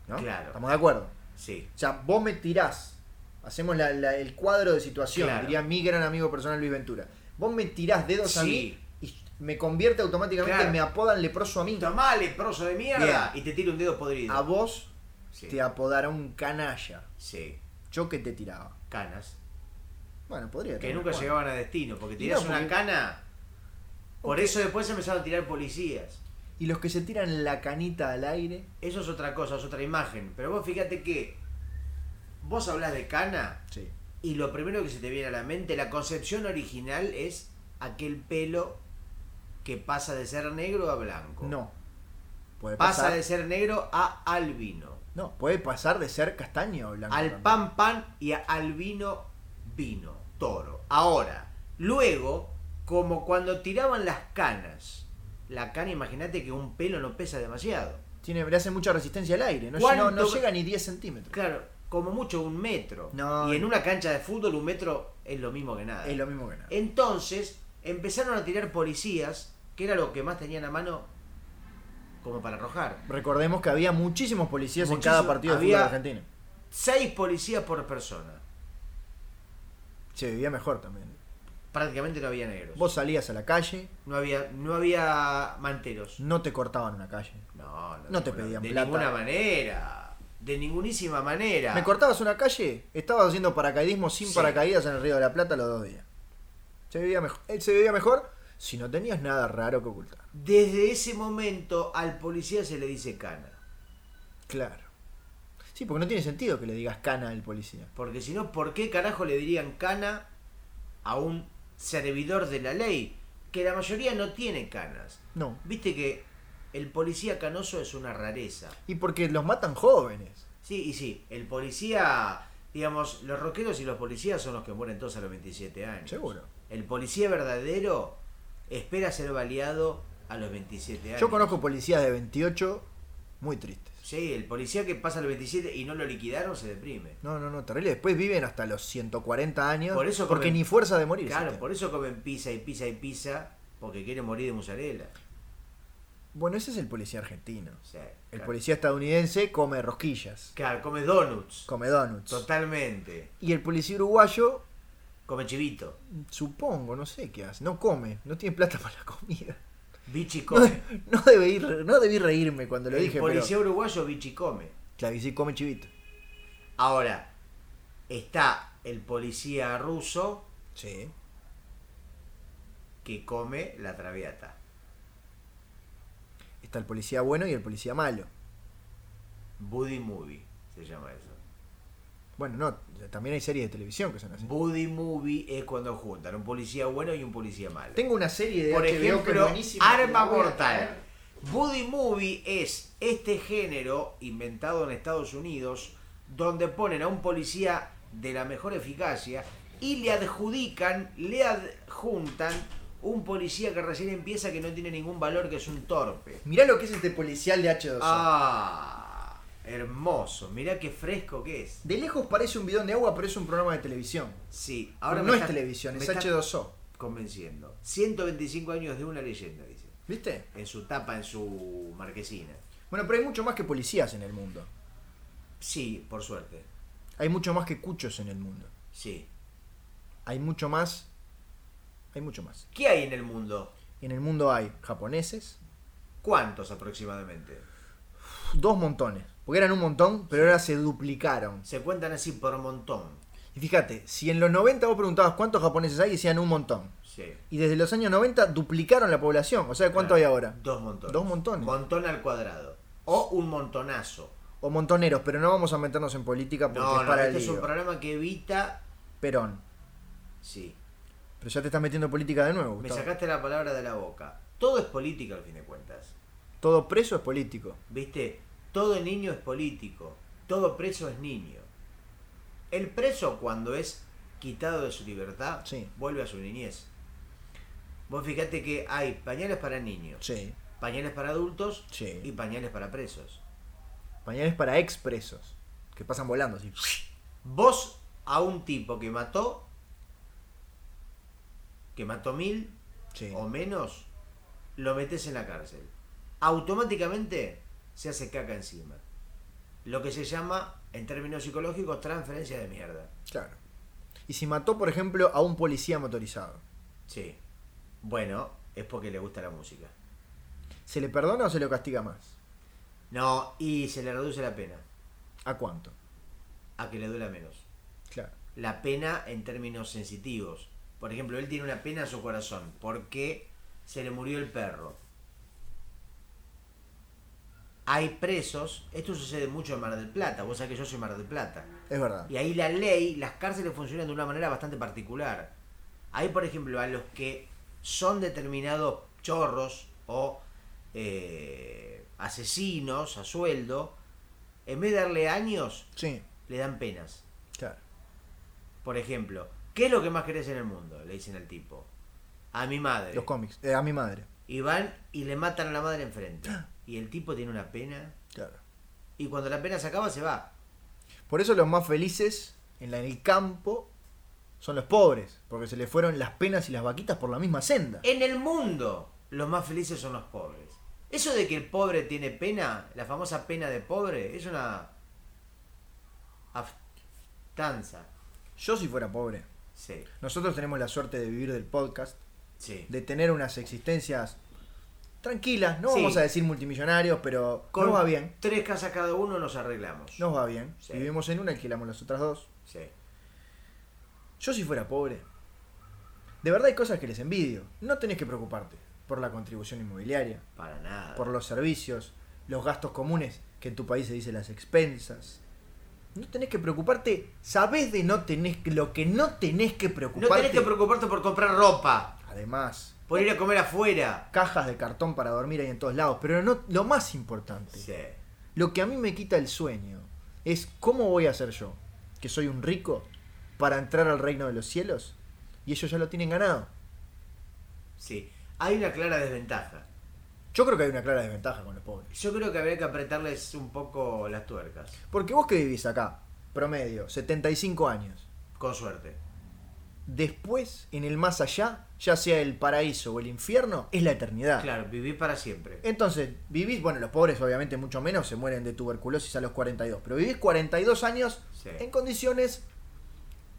¿no? Claro. ¿Estamos de acuerdo? Sí, O sea, vos me tirás, hacemos la- la- el cuadro de situación, Claro. diría mi gran amigo personal Luis Ventura. Vos me tirás dedos a Sí. mí y me convierte automáticamente, Claro. me apodan leproso a mí. tomá leproso de mierda y te tira un dedo podrido. A vos sí. te apodaron canalla. sí, Yo que te tiraba. canas. Bueno, podría Que tener nunca cuatro. llegaban a destino, porque Y tirás no, una porque- cana Por Ok. eso después se empezaron a tirar policías. Y los que se tiran la canita al aire, Eso es otra cosa, es otra imagen. Pero vos fíjate que vos hablas de cana sí. y lo primero que se te viene a la mente, la concepción original es aquel pelo que pasa de ser negro a blanco. No. Puede Pasa pasar, de ser negro a albino. No, puede pasar de ser castaño o blanco. Al también. pan pan y a- al vino vino, toro. Ahora, luego, como cuando tiraban las canas, la cana, imagínate que un pelo no pesa demasiado. Tiene, le hace mucha resistencia al aire, no, ¿Cuánto- no- no llega ni 10 centímetros. Claro, como mucho un metro. No. Y en una cancha de fútbol un metro es lo mismo que nada. Es lo mismo que nada. Eh, Entonces empezaron a tirar policías, que era lo que más tenían a mano como para arrojar. Recordemos que había muchísimos policías Muchísimo- en cada partido había- de fútbol argentino. Seis policías por persona. Se vivía mejor también. Prácticamente no había negros. Vos salías a la calle, No había, no había manteros. no te cortaban una calle. No, no, No te ninguna- pedían De plata. ninguna manera. De ningunísima manera. Me cortabas una calle, estabas haciendo paracaidismo sin Sí. paracaídas en el Río de la Plata los dos días. Se vivía mejor. Él se vivía mejor si no tenías nada raro que ocultar. Desde ese momento al policía se le dice cana. Claro. Sí, porque no tiene sentido que le digas cana al policía. Porque si no, ¿por qué carajo le dirían cana a un servidor de la ley? Que la mayoría no tiene canas. No. Viste que el policía canoso es una rareza. Y porque los matan jóvenes. Sí, y sí, el policía, digamos, los rockeros y los policías son los que mueren todos a los 27 años. Seguro. El policía verdadero espera ser baleado a los 27 años. Yo conozco policías de 28 muy tristes. Sí, el policía que pasa a los 27 y no lo liquidaron se deprime. No, no, no, terrible. Después viven hasta los 140 años. Por eso porque comen- ni fuerza de morir. Claro, se por eso comen pizza y pizza y pizza, porque quieren morir de mozzarella. tienen. Bueno, ese es el policía argentino. O sea, El claro. policía estadounidense come rosquillas, Claro, come donuts. come donuts. Totalmente. Y el policía uruguayo, Come chivito. supongo, no sé qué hace. No come, no tiene plata para la comida. Bichi No, come. no debí, no debí reírme cuando lo el dije, policía uruguayo bichi come. pero. Claro, y sí come chivito. Ahora, está el policía ruso Sí. que come la traviata. Está el policía bueno y el policía malo. Buddy Movie se llama eso. Bueno, no, también hay series de televisión que son así. Buddy Movie es cuando juntan un policía bueno y un policía malo. Tengo una serie de Por HBO que es ejemplo, buenísima, que la Arma voy a Mortal. traer. Buddy Movie es este género inventado en Estados Unidos donde ponen a un policía de la mejor eficacia y le adjudican, le adjuntan un policía que recién empieza que no tiene ningún valor, que es un torpe. Mirá lo que es este policial de H2O. Ah, hermoso. Mirá qué fresco que es. De lejos parece un bidón de agua, pero es un programa de televisión. Sí, Ahora ahora me no es estás- televisión, me es estás H2O. convenciendo. 125 años de una leyenda, dice. ¿Viste? En su tapa, en su marquesina. Bueno, pero hay mucho más que policías en el mundo. Sí, por suerte. Hay mucho más que cuchos en el mundo. Sí. Hay mucho más. Hay mucho más. ¿Qué hay en el mundo? En el mundo hay japoneses, ¿Cuántos aproximadamente? dos montones. Porque eran un montón, pero ahora se duplicaron. Se cuentan así por montón. Y fíjate, si en los 90 vos preguntabas cuántos japoneses hay, decían un montón. Sí. Y desde los años 90 duplicaron la población. O sea, ¿cuánto hay ahora? Dos montones. Dos montones. Montón al cuadrado. O un montonazo. O montoneros, pero no vamos a meternos en política porque No, es no, para el este es un lío. programa que evita. Perón. Sí. Pero ya te estás metiendo en política de nuevo. Me Gustavo. sacaste la palabra de la boca. Todo es política al fin de cuentas. Todo preso es político. ¿Viste? Todo niño es político. Todo preso es niño. El preso cuando es quitado de su libertad Sí. vuelve a su niñez. Vos fíjate que hay pañales para niños, Sí. pañales para adultos Sí. y pañales para presos. Pañales para expresos. Que pasan volando así. Vos a un tipo que mató, que mató mil Sí. o menos, lo metes en la cárcel. Automáticamente se hace caca encima. Lo que se llama, en términos psicológicos, transferencia de mierda. Claro. Y si mató, por ejemplo, a un policía motorizado, Sí. Bueno, es porque le gusta la música. ¿se le perdona o se lo castiga más? No, y se le reduce la pena, ¿A cuánto? a que le duela menos. Claro. La pena en términos sensitivos. Por ejemplo, él tiene una pena a su corazón, porque se le murió el perro. Hay presos, esto sucede mucho en Mar del Plata, vos sabés que yo soy Mar del Plata. Es verdad. Y ahí la ley, las cárceles funcionan de una manera bastante particular. Hay, por ejemplo, a los que son determinados chorros o eh, asesinos a sueldo, en vez de darle años, Sí, le dan penas. claro. Por ejemplo, ¿qué es lo que más querés en el mundo? Le dicen al tipo. A mi madre. Los cómics. Eh, a mi madre. Y van y le matan a la madre enfrente. Y el tipo tiene una pena. Claro. Y cuando la pena se acaba, se va. Por eso los más felices en, la- en el campo son los pobres, porque se les fueron las penas y las vaquitas por la misma senda. En el mundo, los más felices son los pobres. Eso de que el pobre tiene pena, la famosa pena de pobre, es una. aftanza. Yo si fuera pobre, Sí, nosotros tenemos la suerte de vivir del podcast, sí. de tener unas existencias tranquilas, no Sí. vamos a decir multimillonarios, pero nos va bien, Tres casas cada uno nos arreglamos. nos va bien. Sí. Vivimos en una, alquilamos las otras dos. Sí. Yo si fuera pobre, de verdad hay cosas que les envidio. No tenés que preocuparte por la contribución inmobiliaria, Para nada. por los servicios, los gastos comunes, que en tu país se dice las expensas. No tenés que preocuparte, sabés de no tenés que- lo que no tenés que no preocuparte. tenés que preocuparte por comprar ropa, Además, por ir a comer afuera. cajas de cartón para dormir ahí en todos lados, pero no lo más importante, Sí. lo que a mí me quita el sueño es cómo voy a hacer yo, que soy un rico, para entrar al reino de los cielos y ellos ya lo tienen ganado. Sí. Hay una clara desventaja. Yo creo que hay una clara desventaja con los pobres. Yo creo que habría que apretarles un poco las tuercas. Porque vos que vivís acá, promedio, 75 años, Con suerte. después, en el más allá, ya sea el paraíso o el infierno, es la eternidad. Claro, vivir para siempre. Entonces, vivís, bueno, los pobres obviamente mucho menos, se mueren de tuberculosis a los 42, pero vivís 42 años Sí. en condiciones,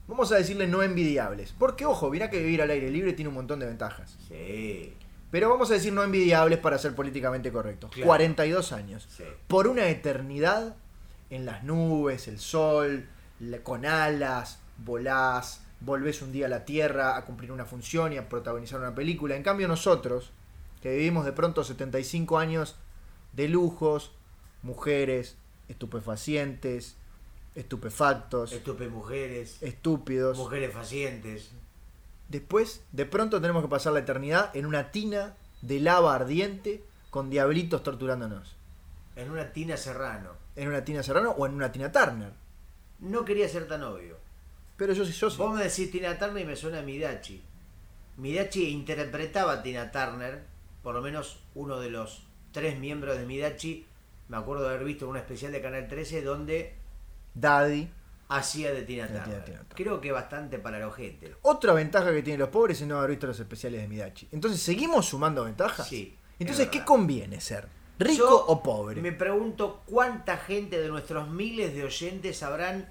vamos a decirle, no envidiables. Porque, ojo, mirá que vivir al aire libre tiene un montón de ventajas. Sí. Pero vamos a decir no envidiables para ser políticamente correctos. Claro. 42 años. Sí. Por una eternidad, en las nubes, el sol, la- con alas, volás, volvés un día a la Tierra a cumplir una función y a protagonizar una película. En cambio nosotros, que vivimos de pronto 75 años de lujos, mujeres, estupefacientes, estupefactos, Estupe mujeres, estúpidos. mujeres facientes. Después, de pronto tenemos que pasar la eternidad en una tina de lava ardiente con diablitos torturándonos. En una tina serrano. En una tina Serrano o en una tina Turner. No quería ser tan obvio. Pero yo sí, yo sí. Vos me decís Tina Turner y me suena a Midachi. Midachi interpretaba a Tina Turner, por lo menos uno de los tres miembros de Midachi. Me acuerdo de haber visto un especial de Canal 13 donde Daddy. hacía de Tina Hacía de Turner. Tina Turner. Creo que bastante para el ojete. Otra ventaja que tienen los pobres es no haber visto los especiales de Midachi. Entonces, ¿seguimos sumando ventajas? Sí, Entonces, es ¿qué verdad. conviene ser? ¿Rico Yo o pobre? Me pregunto cuánta gente de nuestros miles de oyentes habrán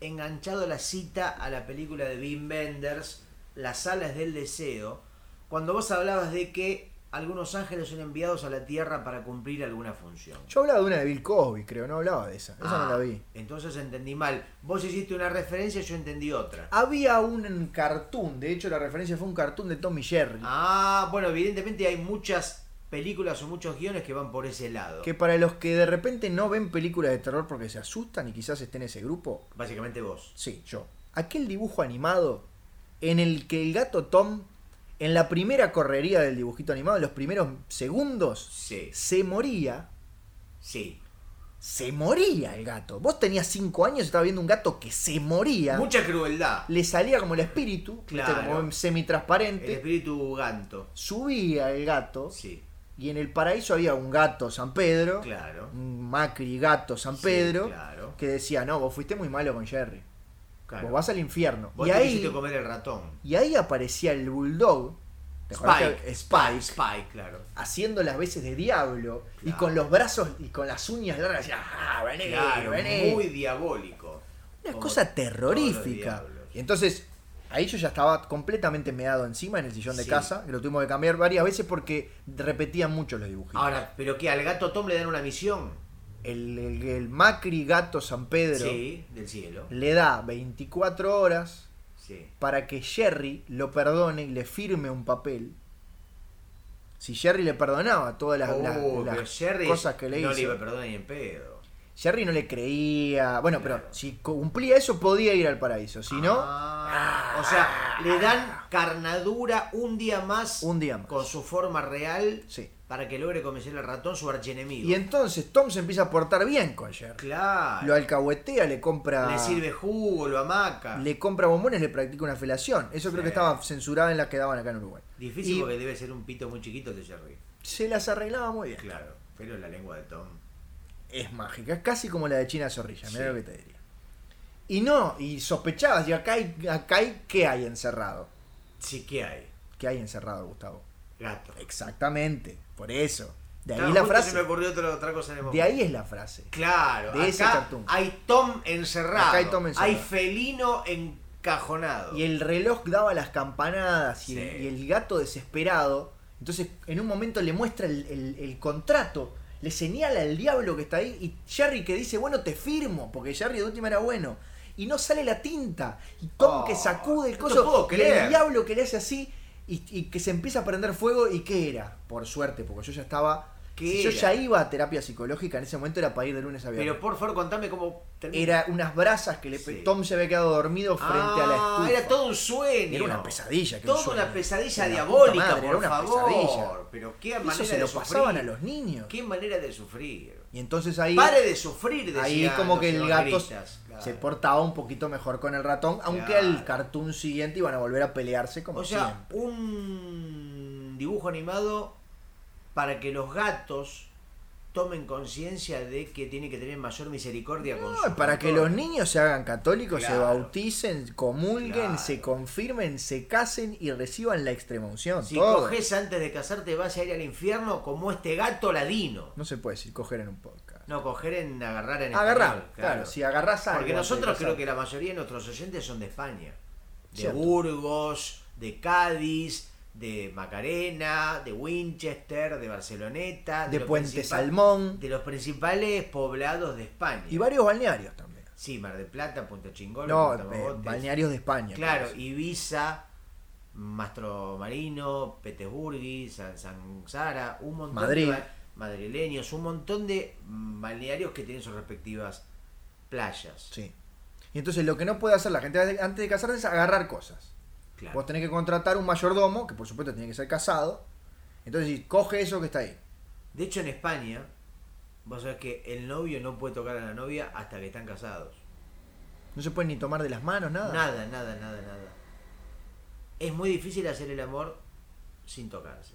enganchado la cita a la película de Wim Wenders, Las alas del deseo, cuando vos hablabas de que algunos ángeles son enviados a la tierra para cumplir alguna función. Yo hablaba de una de Bill Cosby, creo. No hablaba de esa. Esa no Ah, la vi. Entonces entendí mal. Vos hiciste una referencia, yo entendí otra. Había un cartoon. De hecho, la referencia fue un cartoon de Tommy Jerry. Ah, bueno, evidentemente hay muchas películas o muchos guiones que van por ese lado. Que para los que de repente no ven películas de terror porque se asustan y quizás estén en ese grupo, Básicamente vos. sí, yo. Aquel dibujo animado en el que el gato Tom, en la primera correría del dibujito animado, en los primeros segundos, Sí, se moría. sí. Se moría el gato. Vos tenías 5 años y estabas viendo un gato que se moría. Mucha crueldad. Le salía como el espíritu, ¿viste? Claro. como El semitransparente. espíritu ganto. Subía el gato Sí, y en el paraíso había un gato San Pedro. claro. un Macri gato San Sí, Pedro claro. que decía, no, vos fuiste muy malo con Jerry. claro. Vos vas al infierno. Vos y, te ahí, quisiste comer el ratón. y ahí aparecía el Bulldog. ¿te acordás Spike, que- Spike, Spike, claro. Haciendo las veces de diablo y Claro. con los brazos y con las uñas largas. decía, "Ah, vení, Claro, vení". muy diabólico. Una Como cosa todos los terrorífica. diablos. Y entonces, ahí yo ya estaba completamente meado encima en el sillón de Sí. casa. que Lo tuvimos que cambiar varias veces porque repetían mucho los dibujitos. Ahora, ¿pero qué? ¿Al gato Tom le dan una misión? el, el- el Macri gato San Pedro Sí, del cielo. le da 24 horas Sí. para que Jerry lo perdone y le firme un papel Si Jerry le perdonaba todas las, Uh, las- pero las Jerry cosas que le no hizo. le iba a perdonar ni en pedo. Jerry no le creía. Bueno, pero Claro. si cumplía eso, podía ir al paraíso. Si no, Ah, o sea, le dan carnadura un día más un día más. con su forma real Sí. para que logre convencer al ratón, su archienemigo. Y entonces Tom se empieza a portar bien con Jerry. Lo Claro. alcahuetea, le compra. Le sirve jugo, lo hamaca. Le compra bombones, le practica una felación. Eso creo Sí. que estaba censurada en las que daban acá en Uruguay. Difícil Y porque debe ser un pito muy chiquito el de Jerry. se las arreglaba muy bien. Claro, pero la lengua de Tom. Es mágica, es casi como la de China Zorrilla, mirá Sí. lo que te diría. Y no, y sospechabas, y acá hay, acá hay qué hay encerrado. Sí que hay. ¿Qué hay encerrado, Gustavo? Gato. Exactamente, por eso. De ahí Claro, la justo Se me frase. ocurrió otra, otra cosa en el De momento. ahí es la frase. Claro, de ese acá cartoon. hay Tom encerrado. Acá hay Tom encerrado. Hay felino encajonado. Y el reloj daba las campanadas y, el, Sí. y el gato desesperado. Entonces, en un momento le muestra el, el- el contrato, le señala al diablo que está ahí y Jerry que dice, bueno, te firmo, porque Jerry de última era bueno. Y no sale la tinta. Y Tom Oh, que sacude el no te coso. puedo y creer. el diablo que le hace así y, y que se empieza a prender fuego. ¿Y qué era? Por suerte, porque yo ya estaba... ¿Qué si yo era? ya iba a terapia psicológica, en ese momento era para ir de lunes a viernes. Pero por favor, contame cómo termina. era unas brasas que le... Sí. Tom se había quedado dormido frente a la Ah, estufa. Era todo un sueño. Era una pesadilla. Que Toda sueño. una Era pesadilla la diabólica, puta madre, por era una favor. pesadilla. Pero qué Eso manera se de lo sufrir. pasaban a los niños. Qué manera de sufrir. Y entonces ahí, Pare de sufrir, decía ahí como que el gato se porta portaba un poquito mejor con el ratón, aunque Claro. al cartoon siguiente iban a volver a pelearse como O sea, siempre. un dibujo animado para que los gatos tomen conciencia de que tienen que tener mayor misericordia con No, su para que los autor. niños se hagan católicos, se Claro. bauticen, comulguen, Claro. se confirmen, se casen y reciban la extremunción. Si todo. coges antes de casarte vas a ir al infierno como este gato ladino. No se puede decir coger en un podcast. No, coger en agarrar en Agarrar, español, claro. Si agarrás algo. Porque antes de nosotros creo casarte. que la mayoría de nuestros oyentes son de España. De Cierto. Burgos, de Cádiz, de Macarena, de Winchester, de Barceloneta, De los Puente principal- Salmón. De los principales poblados de España. Y varios balnearios también. Sí, Mar del Plata, Punta Chingol, No, Punta eh, Mogotes. balnearios de España. pues. Claro, parece. Ibiza, Mastro Marino, Petersburgi, San, San Sara, un montón Madrid. de ba- madrileños, un montón de mm, balnearios que tienen sus respectivas playas. Sí. Y entonces lo que no puede hacer la gente antes de casarse es agarrar cosas. Claro. Vos tenés que contratar un mayordomo, que por supuesto tiene que ser casado. Entonces decís, coge eso que está ahí. De hecho, en España, vos sabés que el novio no puede tocar a la novia hasta que están casados. No se pueden ni tomar de las manos, nada. Nada, nada, nada, nada. Es muy difícil hacer el amor sin tocarse.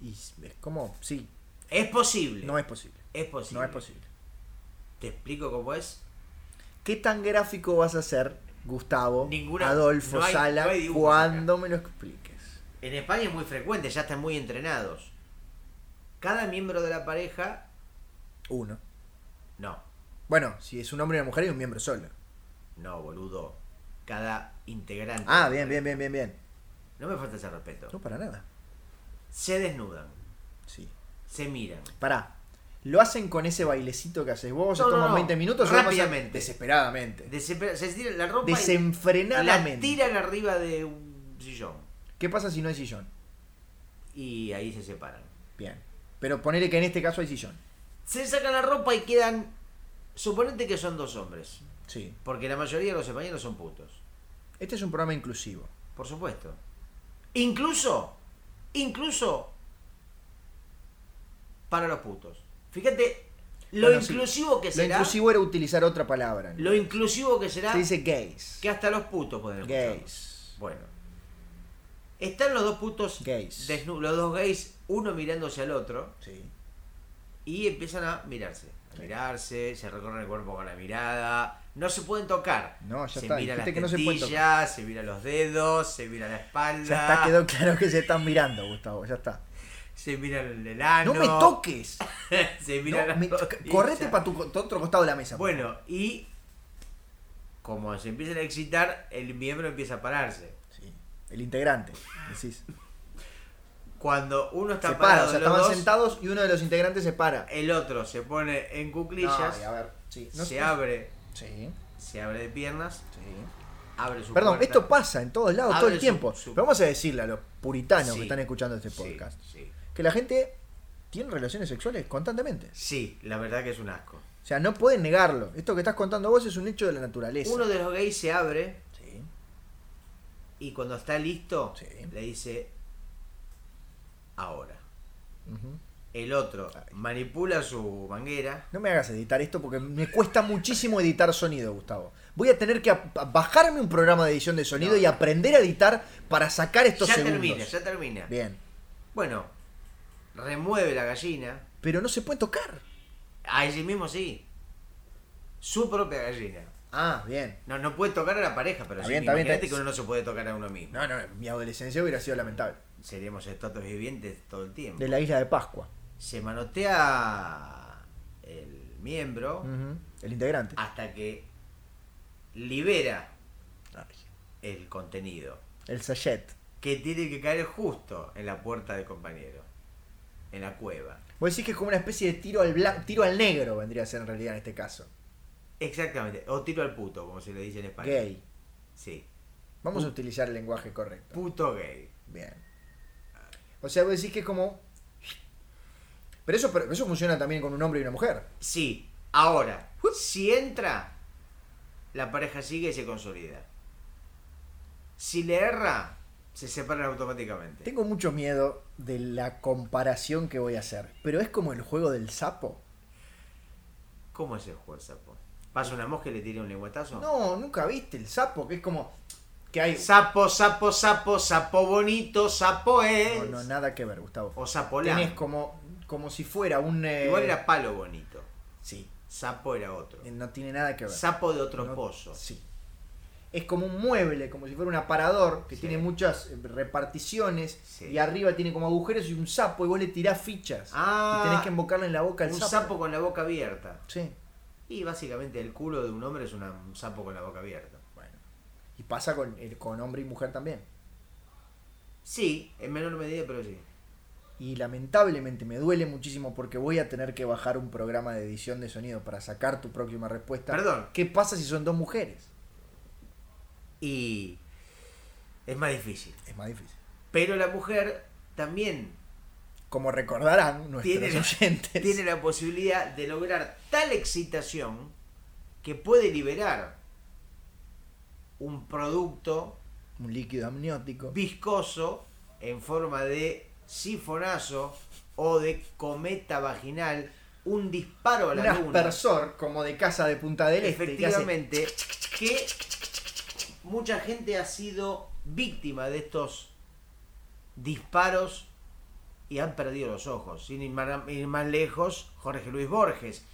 Y es como, sí, Es posible. no es posible. Es posible. No es posible. ¿Te explico cómo es? ¿Qué tan gráfico vas a hacer, Gustavo, Ninguna- Adolfo, no hay- Sala, no hay dibujos cuando me lo expliques? En España es muy frecuente, ya están muy entrenados. Cada miembro de la pareja, Uno. no, Bueno, si es un hombre y una mujer y un miembro solo. no, boludo. Cada integrante. Ah, bien, bien, bien, bien, bien. No me falta ese respeto. No, para nada. Se desnudan, Sí. se miran. Pará. Lo hacen con ese bailecito que haces vos, se No, no, toman no. 20 minutos, se lo pasan Rápidamente. Desesperadamente. Desesper- se tiran la ropa y la Desenfrenadamente. tiran arriba de un sillón. ¿Qué pasa si no hay sillón? Y ahí se separan. Bien. Pero ponele que en este caso hay sillón. Se sacan la ropa y quedan. Suponete que son dos hombres. Sí. Porque la mayoría de los españoles son putos. Este es un programa inclusivo. Por supuesto. Incluso, incluso para los putos. Fíjate lo Bueno, sí. inclusivo que será. Lo inclusivo era utilizar otra palabra. ¿no? Lo inclusivo que será Se dice gays. que hasta los putos pueden escucharnos. Gays. Bueno. Están los dos putos Gays. desnu- los dos gays, uno mirándose al otro Sí. y empiezan a mirarse. A Sí. mirarse, se recorren el cuerpo con la mirada, no se pueden tocar. No, ya se está, miran dijiste las que no se pueden tocar. tetillas, se miran los dedos, se miran la espalda. Ya está, quedó claro que se están mirando, Gustavo. Ya está. Se miran el ano. ¡No, me toques! Se No, miran me- las correte rodillas. para tu co- tu otro costado de la mesa. pues. Bueno, y como se empiezan a excitar, el miembro empieza a pararse. Sí. El integrante. Decís. Cuando uno está Se para, o parado, sea, los estaban dos, sentados y uno de los integrantes se para. el otro se pone en cuclillas, Ay, a ver, sí. no se sé. abre, Sí, se abre de piernas, sí. abre su Perdón, puerta. esto pasa en todos lados, Abre todo el su- tiempo. su- Pero vamos a decirle a los puritanos Sí. que están escuchando este Sí, podcast. sí. que la gente tiene relaciones sexuales constantemente. Sí, la verdad que es un asco. O sea, no pueden negarlo. Esto que estás contando vos es un hecho de la naturaleza. Uno de los gays se abre Sí, y cuando está listo Sí. le dice ahora. ujú. El otro manipula su manguera. No me hagas editar esto porque me cuesta muchísimo editar sonido, Gustavo. Voy a tener que a- a- bajarme un programa de edición de sonido No. y aprender a editar para sacar estos ya segundos. termina, ya termina. Bien. Bueno, remueve la gallina. Pero no se puede tocar. A ella mismo sí. Su propia gallina. Ah, bien. No, no puede tocar a la pareja, pero Está sí. bien, está bien, imagínate está- que uno no se puede tocar a uno mismo. No, no, mi adolescencia hubiera sido lamentable. Seremos estatuas vivientes todo el tiempo. De la isla de Pascua. Se manotea el miembro Ujú. El integrante. hasta que libera Ay. el contenido. El sachet. Que tiene que caer justo en la puerta del compañero. En la cueva. Vos decís que es como una especie de tiro al blan- tiro al negro vendría a ser en realidad en este caso. Exactamente. O tiro al puto, como se le dice en España. Gay. Sí. Vamos a utilizar el lenguaje correcto. Puto gay. Bien. O sea, vos decís que es como... Pero eso, pero eso funciona también con un hombre y una mujer. Sí, ahora, si entra, la pareja sigue y se consolida. Si le erra, se separan automáticamente. Tengo mucho miedo de la comparación que voy a hacer. Pero es como el juego del sapo. ¿Cómo es el juego, sapo? ¿Pasa una mosca y le tira un lenguatazo? No, nunca viste el sapo, que es como... Que hay... Sapo, sapo, sapo, sapo bonito, sapo No, es. no, nada que ver, Gustavo. O sapo Tenés blanco. como, como si fuera un... eh, Igual era palo bonito. Sí, Sapo era otro. Eh, no tiene nada que ver. Sapo de otro No- pozo. Sí. Es como un mueble, como si fuera un aparador, que Sí. tiene muchas eh, reparticiones Sí. y arriba tiene como agujeros y un sapo y vos le tirás fichas. Ah, y tenés que embocarle en la boca al Un sapo. sapo con la boca abierta. Sí. Y básicamente el culo de un hombre es una- un sapo con la boca abierta. Bueno. Y pasa con, eh, con hombre y mujer también. Sí, en menor medida, pero sí. Y lamentablemente me duele muchísimo porque voy a tener que bajar un programa de edición de sonido para sacar tu próxima respuesta. Perdón. ¿Qué pasa si son dos mujeres? y es más difícil. Es más difícil. Pero la mujer también Como recordarán nuestros Tiene- oyentes. tiene la posibilidad de lograr tal excitación que puede liberar un producto Un líquido amniótico. viscoso en forma de sifonazo o de cometa vaginal, un disparo a un la luna. aspersor como de casa de Punta del Este. que hace- Efectivamente, que mucha gente ha sido víctima de estos disparos y han perdido los ojos. Sin ir ma- ir más lejos, Jorge Luis Borges,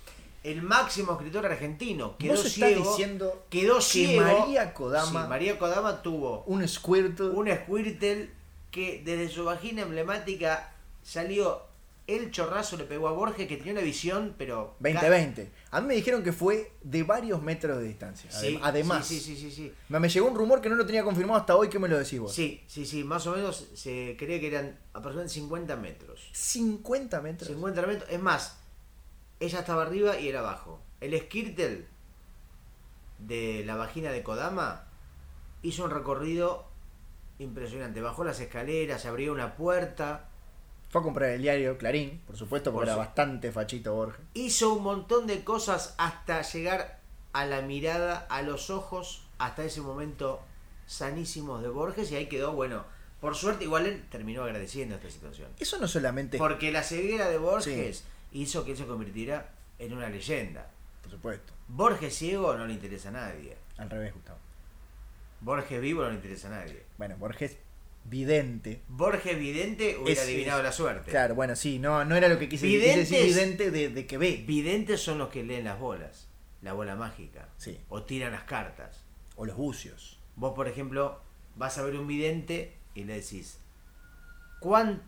el máximo escritor argentino, quedó Vos estás ciego. diciendo quedó que ciego. María Kodama- Sí, María Kodama tuvo un Squirtle. un Squirtle que desde su vagina emblemática salió el chorrazo, le pegó a Borges que tenía una visión, pero 2020. A mí me dijeron que fue de varios metros de distancia. Adem- Sí, Además, sí, sí, sí, sí, sí. Me, me llegó un rumor que no lo tenía confirmado hasta hoy que me lo decís vos. Sí, sí, sí, más o menos se cree que eran aproximadamente 50 metros. 50 metros. 50 metros, es más, ella estaba arriba y él abajo. El Skirtle de la vagina de Kodama hizo un recorrido impresionante. Bajó las escaleras, abrió una puerta, Fue a comprar el diario Clarín, por supuesto, porque Por era su- bastante fachito Borges. hizo un montón de cosas hasta llegar a la mirada, a los ojos, hasta ese momento sanísimos de Borges y ahí quedó, bueno, por suerte igual él terminó agradeciendo esta situación. Eso no solamente, por, Porque la ceguera de Borges hizo que él se convirtiera en una leyenda. supuesto, Borges ciego no le interesa a nadie. al revés, Gustavo. Borges vivo no le interesa a nadie. Bueno, Borges vidente. Borges vidente hubiera Es- adivinado la suerte. Claro, bueno, sí, no, no era lo que quise decir. Quise decir Videntes. vidente de, de que ve. Videntes son los que leen las bolas, la bola mágica, Sí. o tiran las cartas. O los bucios. Vos, por ejemplo, vas a ver un vidente y le decís, "¿Cuán-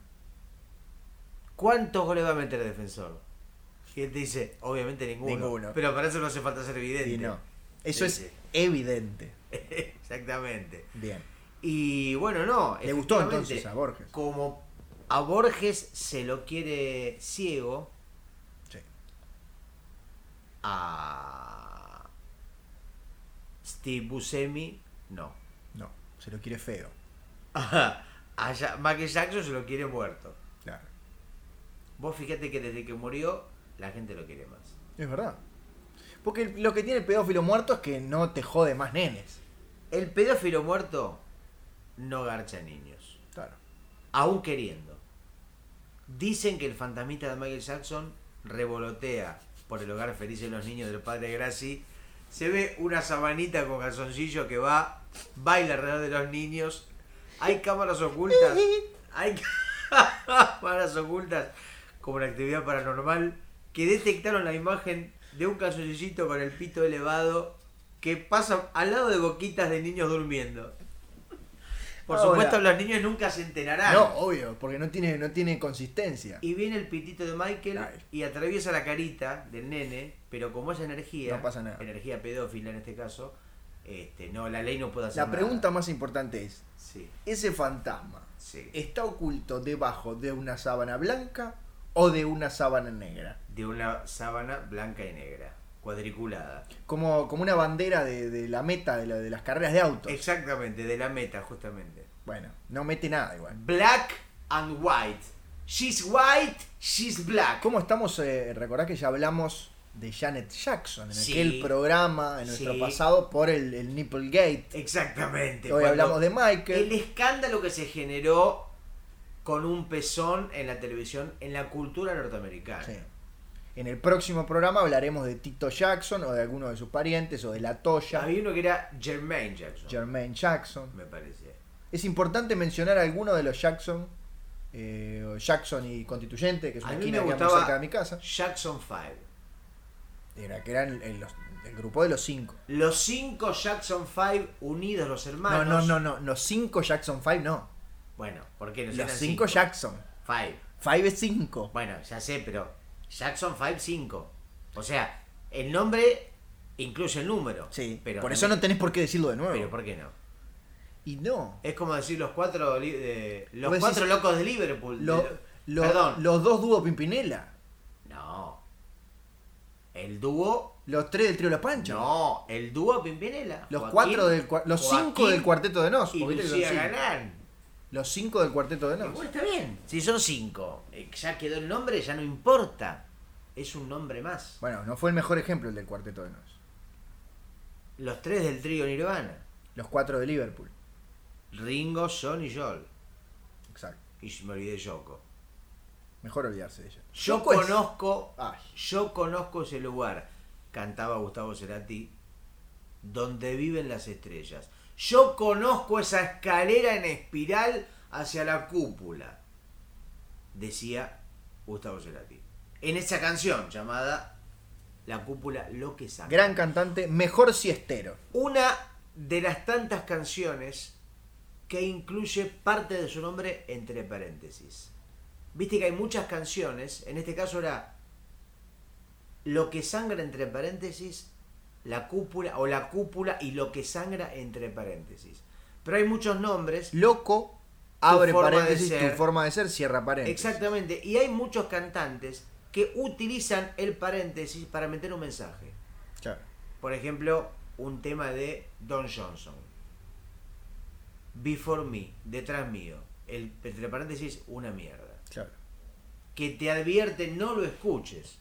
¿cuántos goles va a meter el defensor? Y él te dice, obviamente ninguno. Ninguno. Pero para eso no hace falta ser vidente. Y no. Eso Sí, es sí. evidente. Exactamente. Bien. Y bueno, no. Le gustó efectivamente, entonces a Borges. Como a Borges se lo quiere ciego, Sí. a Steve Buscemi no. No, se lo quiere feo. A Ja- Michael Jackson se lo quiere muerto. Claro. Vos fíjate que desde que murió, la gente lo quiere más. Es verdad. Porque lo que tiene el pedófilo muerto es que no te jode más nenes. El pedófilo muerto no garcha niños, Claro. aún queriendo. Dicen que el fantasmita de Michael Jackson revolotea por el hogar feliz de los niños del padre Graci. Se ve una sabanita con calzoncillo que va, baila alrededor de los niños. Hay cámaras ocultas. Hay cámaras ocultas como una actividad paranormal que detectaron la imagen de un calzoncillito con el pito elevado que pasa al lado de boquitas de niños durmiendo. Por Ahora- supuesto, los niños nunca se enterarán. No, obvio, porque no tiene, no tiene consistencia. Y viene el pitito de Michael Ay. y atraviesa la carita del nene, pero como es energía, No pasa nada. energía pedófila en este caso, este, no, la ley no puede hacer La pregunta nada. más importante es, Sí, ¿ese fantasma sí. está oculto debajo de una sábana blanca o de una sábana negra? De una sábana blanca y negra, cuadriculada. Como, como una bandera de, de la meta de, la- de las carreras de autos. Exactamente, de la meta, justamente. Bueno, no mete nada igual. Black and white. She's white, she's black. ¿Cómo estamos? eh, recordá que ya hablamos de Janet Jackson en Sí. aquel programa, en nuestro Sí. pasado, por el, el Nipplegate. Exactamente. Hoy cuando hablamos de Michael. El escándalo que se generó con un pezón en la televisión, en la cultura norteamericana. Sí. En el próximo programa hablaremos de Tito Jackson o de alguno de sus parientes o de la Toya, Había uno que era Jermaine Jackson, Jermaine Jackson. me parece. Es importante mencionar alguno de los Jackson, eh, o Jackson y Constituyente, que es A una mí esquina me que anda gustaba cerca de mi casa. Jackson 5. Era que eran el, los- el grupo de los cinco. Los cinco Jackson 5 unidos los No, hermanos. no, no, no, los cinco Jackson Five no. Bueno, ¿por qué no Los cinco Jackson. Five. Five es cinco. Bueno, ya sé, pero Jackson 5 5. O sea, el nombre incluye el número. Sí, pero por eso no tenés por qué decirlo de nuevo. Pero ¿por qué no? y no. Es como decir los cuatro li- de- los Vos decís- cuatro locos de Liverpool. de Lo- lo- lo- perdón. Los dos dúo Pimpinela. No. El dúo. Los tres del trío La Pancha. No, el dúo Pimpinela. Los Joaquín, cuatro del cua- los cinco Joaquín del cuarteto de Nos. Y porque viste que son Lucía cinco. Galán. Los cinco del cuarteto de Y Nos. bueno, está bien. Si son cinco, eh, ya quedó el nombre, ya no importa. Es un nombre más. Bueno, no fue el mejor ejemplo el del cuarteto de Nos. Los tres del trío Nirvana. Los cuatro de Liverpool. Ringo, John y Joel. Exacto. Y me olvidé de Yoko. Mejor olvidarse de ella. Yo Yoko es- conozco, Ay. yo conozco ese lugar, cantaba Gustavo Cerati, donde viven las estrellas. Yo conozco esa escalera en espiral hacia la cúpula, decía Gustavo Cerati. En esa canción llamada La cúpula lo que sabe. Gran cantante, mejor siestero. Una de las tantas canciones que incluye parte de su nombre entre paréntesis. Viste que hay muchas canciones, en este caso era Lo que sangra entre paréntesis, la cúpula o la cúpula y lo que sangra entre paréntesis. Pero hay muchos nombres, Loco, abre forma de paréntesis, ser. tu forma de ser, cierra paréntesis. exactamente, y hay muchos cantantes que utilizan el paréntesis para meter un mensaje. Claro. Por ejemplo, un tema de Don Johnson. Before me, detrás mío. El, entre paréntesis, una mierda. claro. Que te advierte, no lo escuches.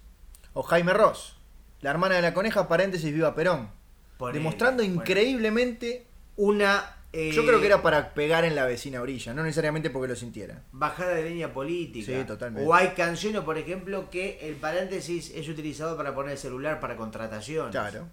O Jaime Ross, la hermana de la coneja, paréntesis, viva Perón. Ponele, demostrando ponele. increíblemente. Una. eh, Yo creo que era para pegar en la vecina orilla, no necesariamente porque lo sintiera. Bajada de línea política. Sí, totalmente. O hay canciones, por ejemplo, que el paréntesis es utilizado para poner el celular para contrataciones. Claro.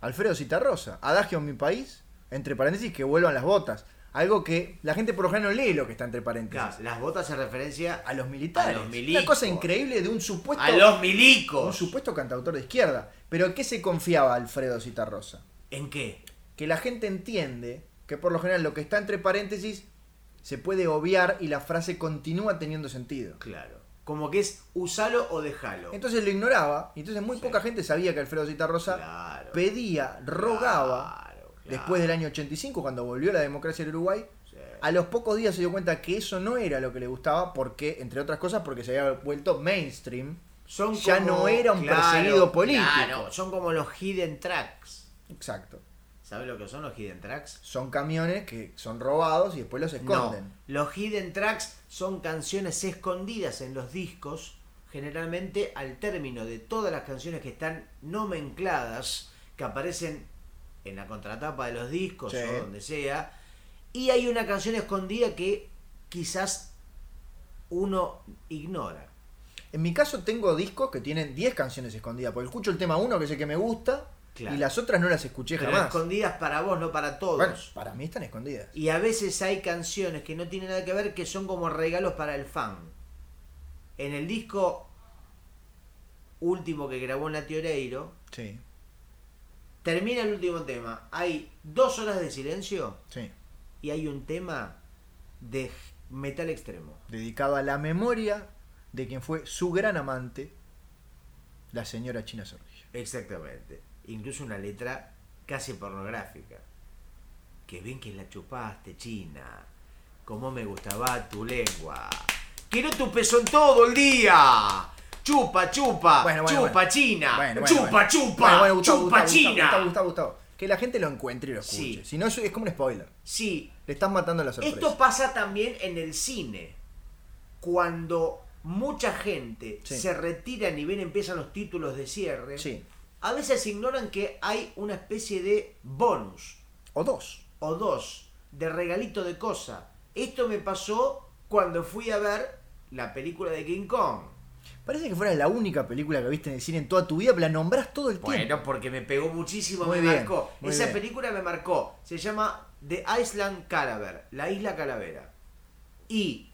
Alfredo Citarrosa, adagio en mi país, entre paréntesis, que vuelvan las botas. Algo que la gente por lo general no lee lo que está entre paréntesis. Claro, Las botas se referencia A los militares. A los Una cosa milicos. increíble de un supuesto, a los un milicos. supuesto cantautor de izquierda. Pero ¿en qué se confiaba Alfredo Citarrosa? ¿En qué? Que la gente entiende que por lo general lo que está entre paréntesis se puede obviar y la frase continúa teniendo sentido. Claro. Como que es usalo o dejalo. Entonces lo ignoraba, y entonces muy Sí. poca gente sabía que Alfredo Citarrosa Claro. pedía, rogaba, Claro, claro. después del año 85, cuando volvió la democracia del Uruguay, Sí. a los pocos días se dio cuenta que eso no era lo que le gustaba, porque, entre otras cosas, porque se había vuelto mainstream. Son ya no era un perseguido político. claro, son como los hidden tracks. Exacto. ¿Sabes lo que son los hidden tracks? Son camiones que son robados y después los esconden. No. Los hidden tracks son canciones escondidas en los discos, generalmente al término de todas las canciones que están nomencladas, que aparecen en la contratapa de los discos Sí. o donde sea, y hay una canción escondida que quizás uno ignora. En mi caso tengo discos que tienen 10 canciones escondidas, porque escucho el tema 1 que es el que me gusta Claro. y las otras no las escuché Pero jamás. escondidas para vos, no para todos. Bueno, para mí están escondidas. Y a veces hay canciones que no tienen nada que ver que son como regalos para el fan. En el disco último que grabó Nati Oreiro, Sí, termina el último tema. Hay dos horas de silencio sí. y hay un tema de metal extremo. Dedicado a la memoria de quien fue su gran amante, la señora China Zorrilla. Exactamente. Incluso una letra casi pornográfica. Qué bien que la chupaste, China. Cómo me gustaba tu lengua. Quiero tu pezón todo el día. Chupa, chupa. Bueno, bueno, chupa, bueno. China. Bueno, bueno, chupa, bueno. chupa. Bueno, bueno, Gustavo, chupa, Gustavo, China. Gustavo, Gustavo, Gustavo. Que la gente lo encuentre y lo Sí. escuche. Si no, es- es como un spoiler. Sí, Le estás matando la sorpresa. Esto pasa también en el cine. Cuando mucha gente Sí. se retira y bien empiezan los títulos de cierre, Eh, Sí. a veces ignoran que hay una especie de bonus O dos. o dos de regalito de cosa. Esto me pasó cuando fui a ver la película de King Kong. Parece que fuera la única película que viste en el cine en toda tu vida, pero la nombrás todo el tiempo. Bueno, porque me pegó muchísimo, Muy me bien, marcó. muy Esa bien. película me marcó. Se llama The Island Calaver, la isla calavera. Y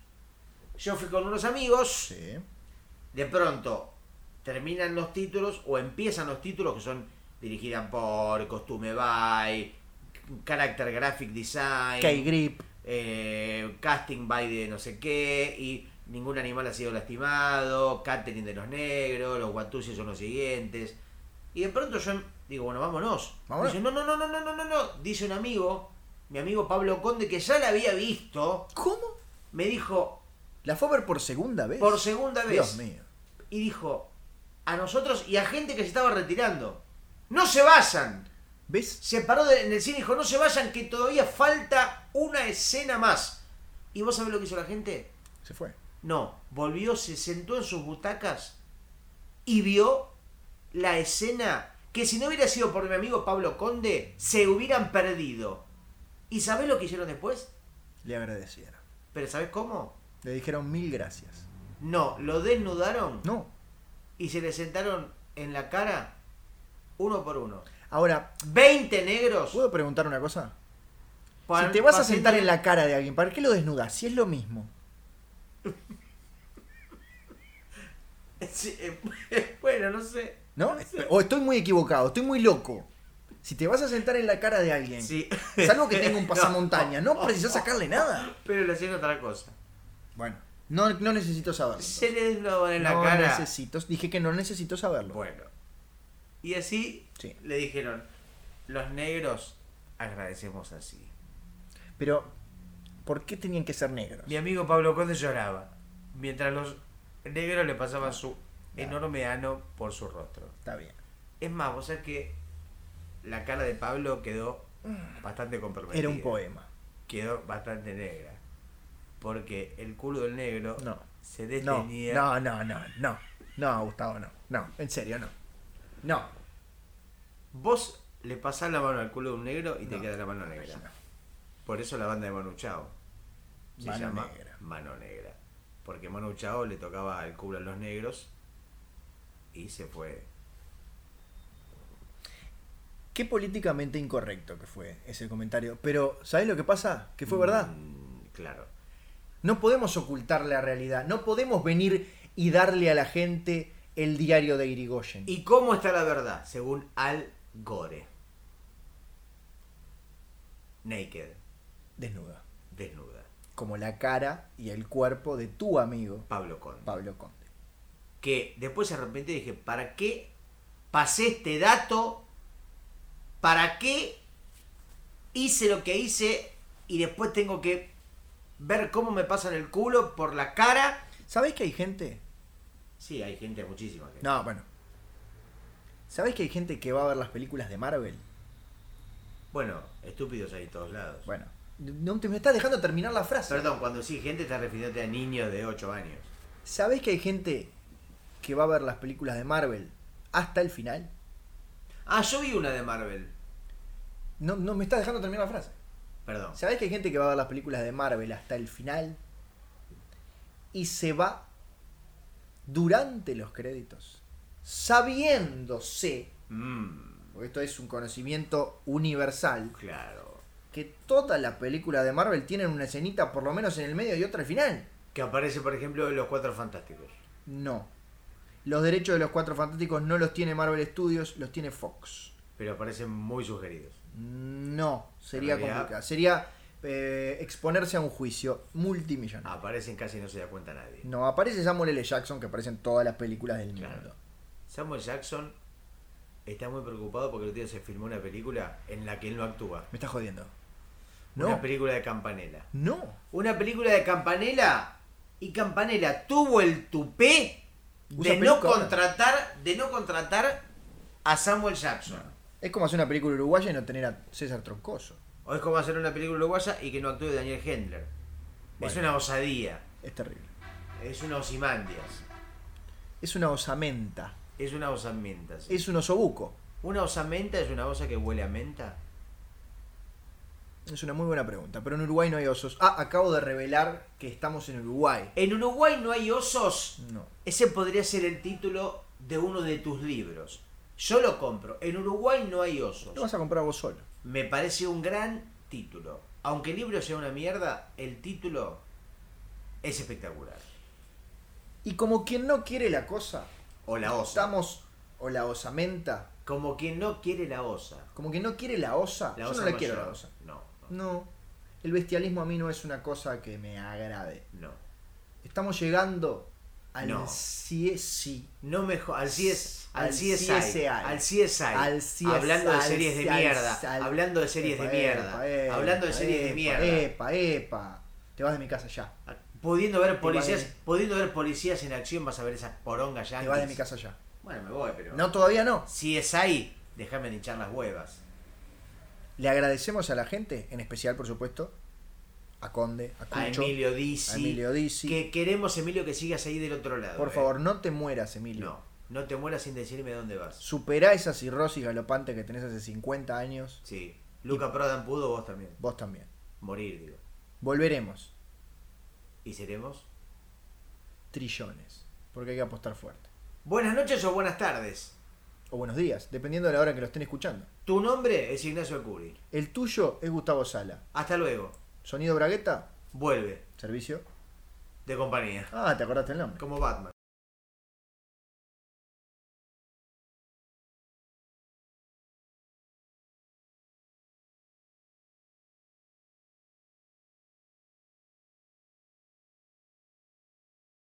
yo fui con unos amigos. Sí. de pronto terminan los títulos o empiezan los títulos que son dirigidas por Costume by, Character Graphic Design, K-Grip. eh, Casting by de no sé qué, y ningún animal ha sido lastimado, Catering de los negros, los guatuses son los siguientes. Y de pronto yo digo, bueno, vámonos. Vámonos. Dice, no, no, no, no, no, no, no, no. Dice un amigo, mi amigo Pablo Conde, que ya la había visto, ¿Cómo? me dijo La fue a ver por segunda vez. por segunda vez Dios mío. y dijo a nosotros y a gente que se estaba retirando, no se vayan. ¿Ves? Se paró de- en el cine y dijo, no se vayan, que todavía falta una escena más. ¿Y vos sabés lo que hizo la gente? Se fue. No, volvió, se sentó en sus butacas y vio la escena que si no hubiera sido por mi amigo Pablo Conde, se hubieran perdido. ¿Y sabés lo que hicieron después? Le agradecieron. ¿Pero sabés cómo? Le dijeron mil gracias. No, lo desnudaron No. y se le sentaron en la cara uno por uno. Ahora, 20 negros. ¿puedo preguntar una cosa? Para- si te vas a para sentar en la cara de alguien, ¿para qué lo desnudas? Si es lo mismo. Sí, eh, bueno, no sé. ¿No? O estoy muy equivocado, estoy muy loco. Si te vas a sentar en la cara de alguien, Sí. salvo que tenga un No. pasamontaña, no, precisas sacarle nada. Pero le hacían otra cosa. Bueno, no, no necesito saberlo. Se le desnudaban en no la cara. necesito, dije que no necesito saberlo. Bueno. Y así Sí. le dijeron, los negros agradecemos así. Pero, ¿por qué tenían que ser negros? Mi amigo Pablo Conde lloraba, mientras los negros le Ah, pasaban su enorme ano por su rostro. Está bien. Es más, vos sabés que la cara de Pablo quedó bastante comprometida. Era un poema. quedó bastante negra. Porque el culo del negro No. se No, detenía. no, no, no, no. No, Gustavo, no. No, en serio, no. No. Vos le pasás la mano al culo de un negro y te No. queda la mano negra. Por eso la banda de Manu Chao se Mano llama Negra. Mano Negra. Porque Manu Chao le tocaba el culo a los negros y se fue. Qué políticamente incorrecto que fue ese comentario. Pero, ¿sabés lo que pasa? Que fue verdad. Mm, claro. No podemos ocultar la realidad. No podemos venir y darle a la gente el diario de Irigoyen. ¿Y cómo está la verdad? Según Al Gore. Naked, Desnuda. desnuda. Como la cara y el cuerpo de tu amigo, Pablo Conde. Pablo Conde. que después de repente dije, ¿para qué pasé este dato? ¿Para qué hice lo que hice y después tengo que ver cómo me pasan el culo por la cara? ¿Sabés que hay gente? Sí, hay gente, muchísima gente. No, bueno. ¿Sabés que hay gente que va a ver las películas de Marvel? Bueno, estúpidos hay en todos lados. Bueno. No te me estás dejando terminar la frase. Perdón, cuando sí gente está refiriéndote a niños de 8 años. ¿Sabés que hay gente que va a ver las películas de Marvel hasta el final? Ah, yo vi una de Marvel. No, no me está dejando terminar la frase. Perdón. ¿Sabés que hay gente que va a ver las películas de Marvel hasta el final? Y se va durante los créditos, sabiéndose, Mm, porque esto es un conocimiento universal, claro. que todas las películas de Marvel tienen una escenita por lo menos en el medio y otra al final. Que aparece, por ejemplo, en Los Cuatro Fantásticos. No. Los derechos de los Cuatro Fantásticos no los tiene Marvel Studios, los tiene Fox. Pero aparecen muy sugeridos. No, sería En realidad- complicado. Sería eh, exponerse a un juicio multimillonario. Aparecen casi no se da cuenta nadie. No, aparece Samuel L. Jackson, que aparece en todas las películas del Claro. mundo. Samuel Jackson está muy preocupado porque el otro día se filmó una película en la que él no actúa. Me estás jodiendo. Una No, película de Campanella. no. Una película de Campanella y Campanella tuvo el tupé Usa de no peluca ahora. contratar, de no contratar a Samuel Jackson. Es como hacer una película uruguaya y no tener a César Troncoso. O es como hacer una película uruguaya y que no actúe Daniel Hendler. Es Bueno. una osadía, Es terrible. es una osimandias, Es una osamenta. es una osamenta. sí. Es un osobuco. ¿Una osamenta es una osa que huele a menta? Es una muy buena pregunta. Pero en Uruguay no hay osos. Ah, acabo de revelar que estamos en Uruguay. En Uruguay no hay osos. No. Ese podría ser el título de uno de tus libros. Yo lo compro. En Uruguay no hay Lo osos. vas a comprar vos solo. Me parece un gran título. Aunque el libro sea una mierda, el título es espectacular. Y como quien no quiere la cosa, O la osa. estamos. O la osamenta. Como quien no quiere la osa. Como que no quiere la osa. La Yo osa no la mayor. quiero la osa. No, no, No. El bestialismo a mí no es una cosa que me agrade. no. Estamos llegando al No. sí, sí. No mejor. Al, CS, al, Al CSI. CSI. Al CSI. Al CSI, Hablando de al series de CSI, mierda. al- Hablando de series de Epa, epa, mierda. epa, Hablando de series de epa, mierda. Epa, epa. Te vas de mi casa ya. Pudiendo ver policías, vas de- pudiendo ver policías en acción, vas a ver esas porongas ya. Te vas de mi casa ya. Bueno, me voy, pero. No, todavía no. Si es ahí, déjame de hinchar las huevas. Le agradecemos a la gente, en especial, por supuesto, a Conde, a A Cucho, Emilio Dizzi. a Emilio Dizzi. Que queremos, Emilio, que sigas ahí del otro lado. Por eh. favor, no te mueras, Emilio. No, no te mueras sin decirme dónde vas. Superá esa cirrosis galopante que tenés hace 50 años. Sí. Luca Prodan pudo, vos también. Vos también. Morir, digo. Volveremos. Y seremos. Trillones. Porque hay que apostar fuerte. Buenas noches o buenas tardes. O buenos días, dependiendo de la hora que lo estén escuchando. Tu nombre es Ignacio Curi. El tuyo es Gustavo Sala. Hasta luego. Sonido Bragueta, Vuelve. servicio. De compañía. Ah, te acordaste el nombre. Como Batman.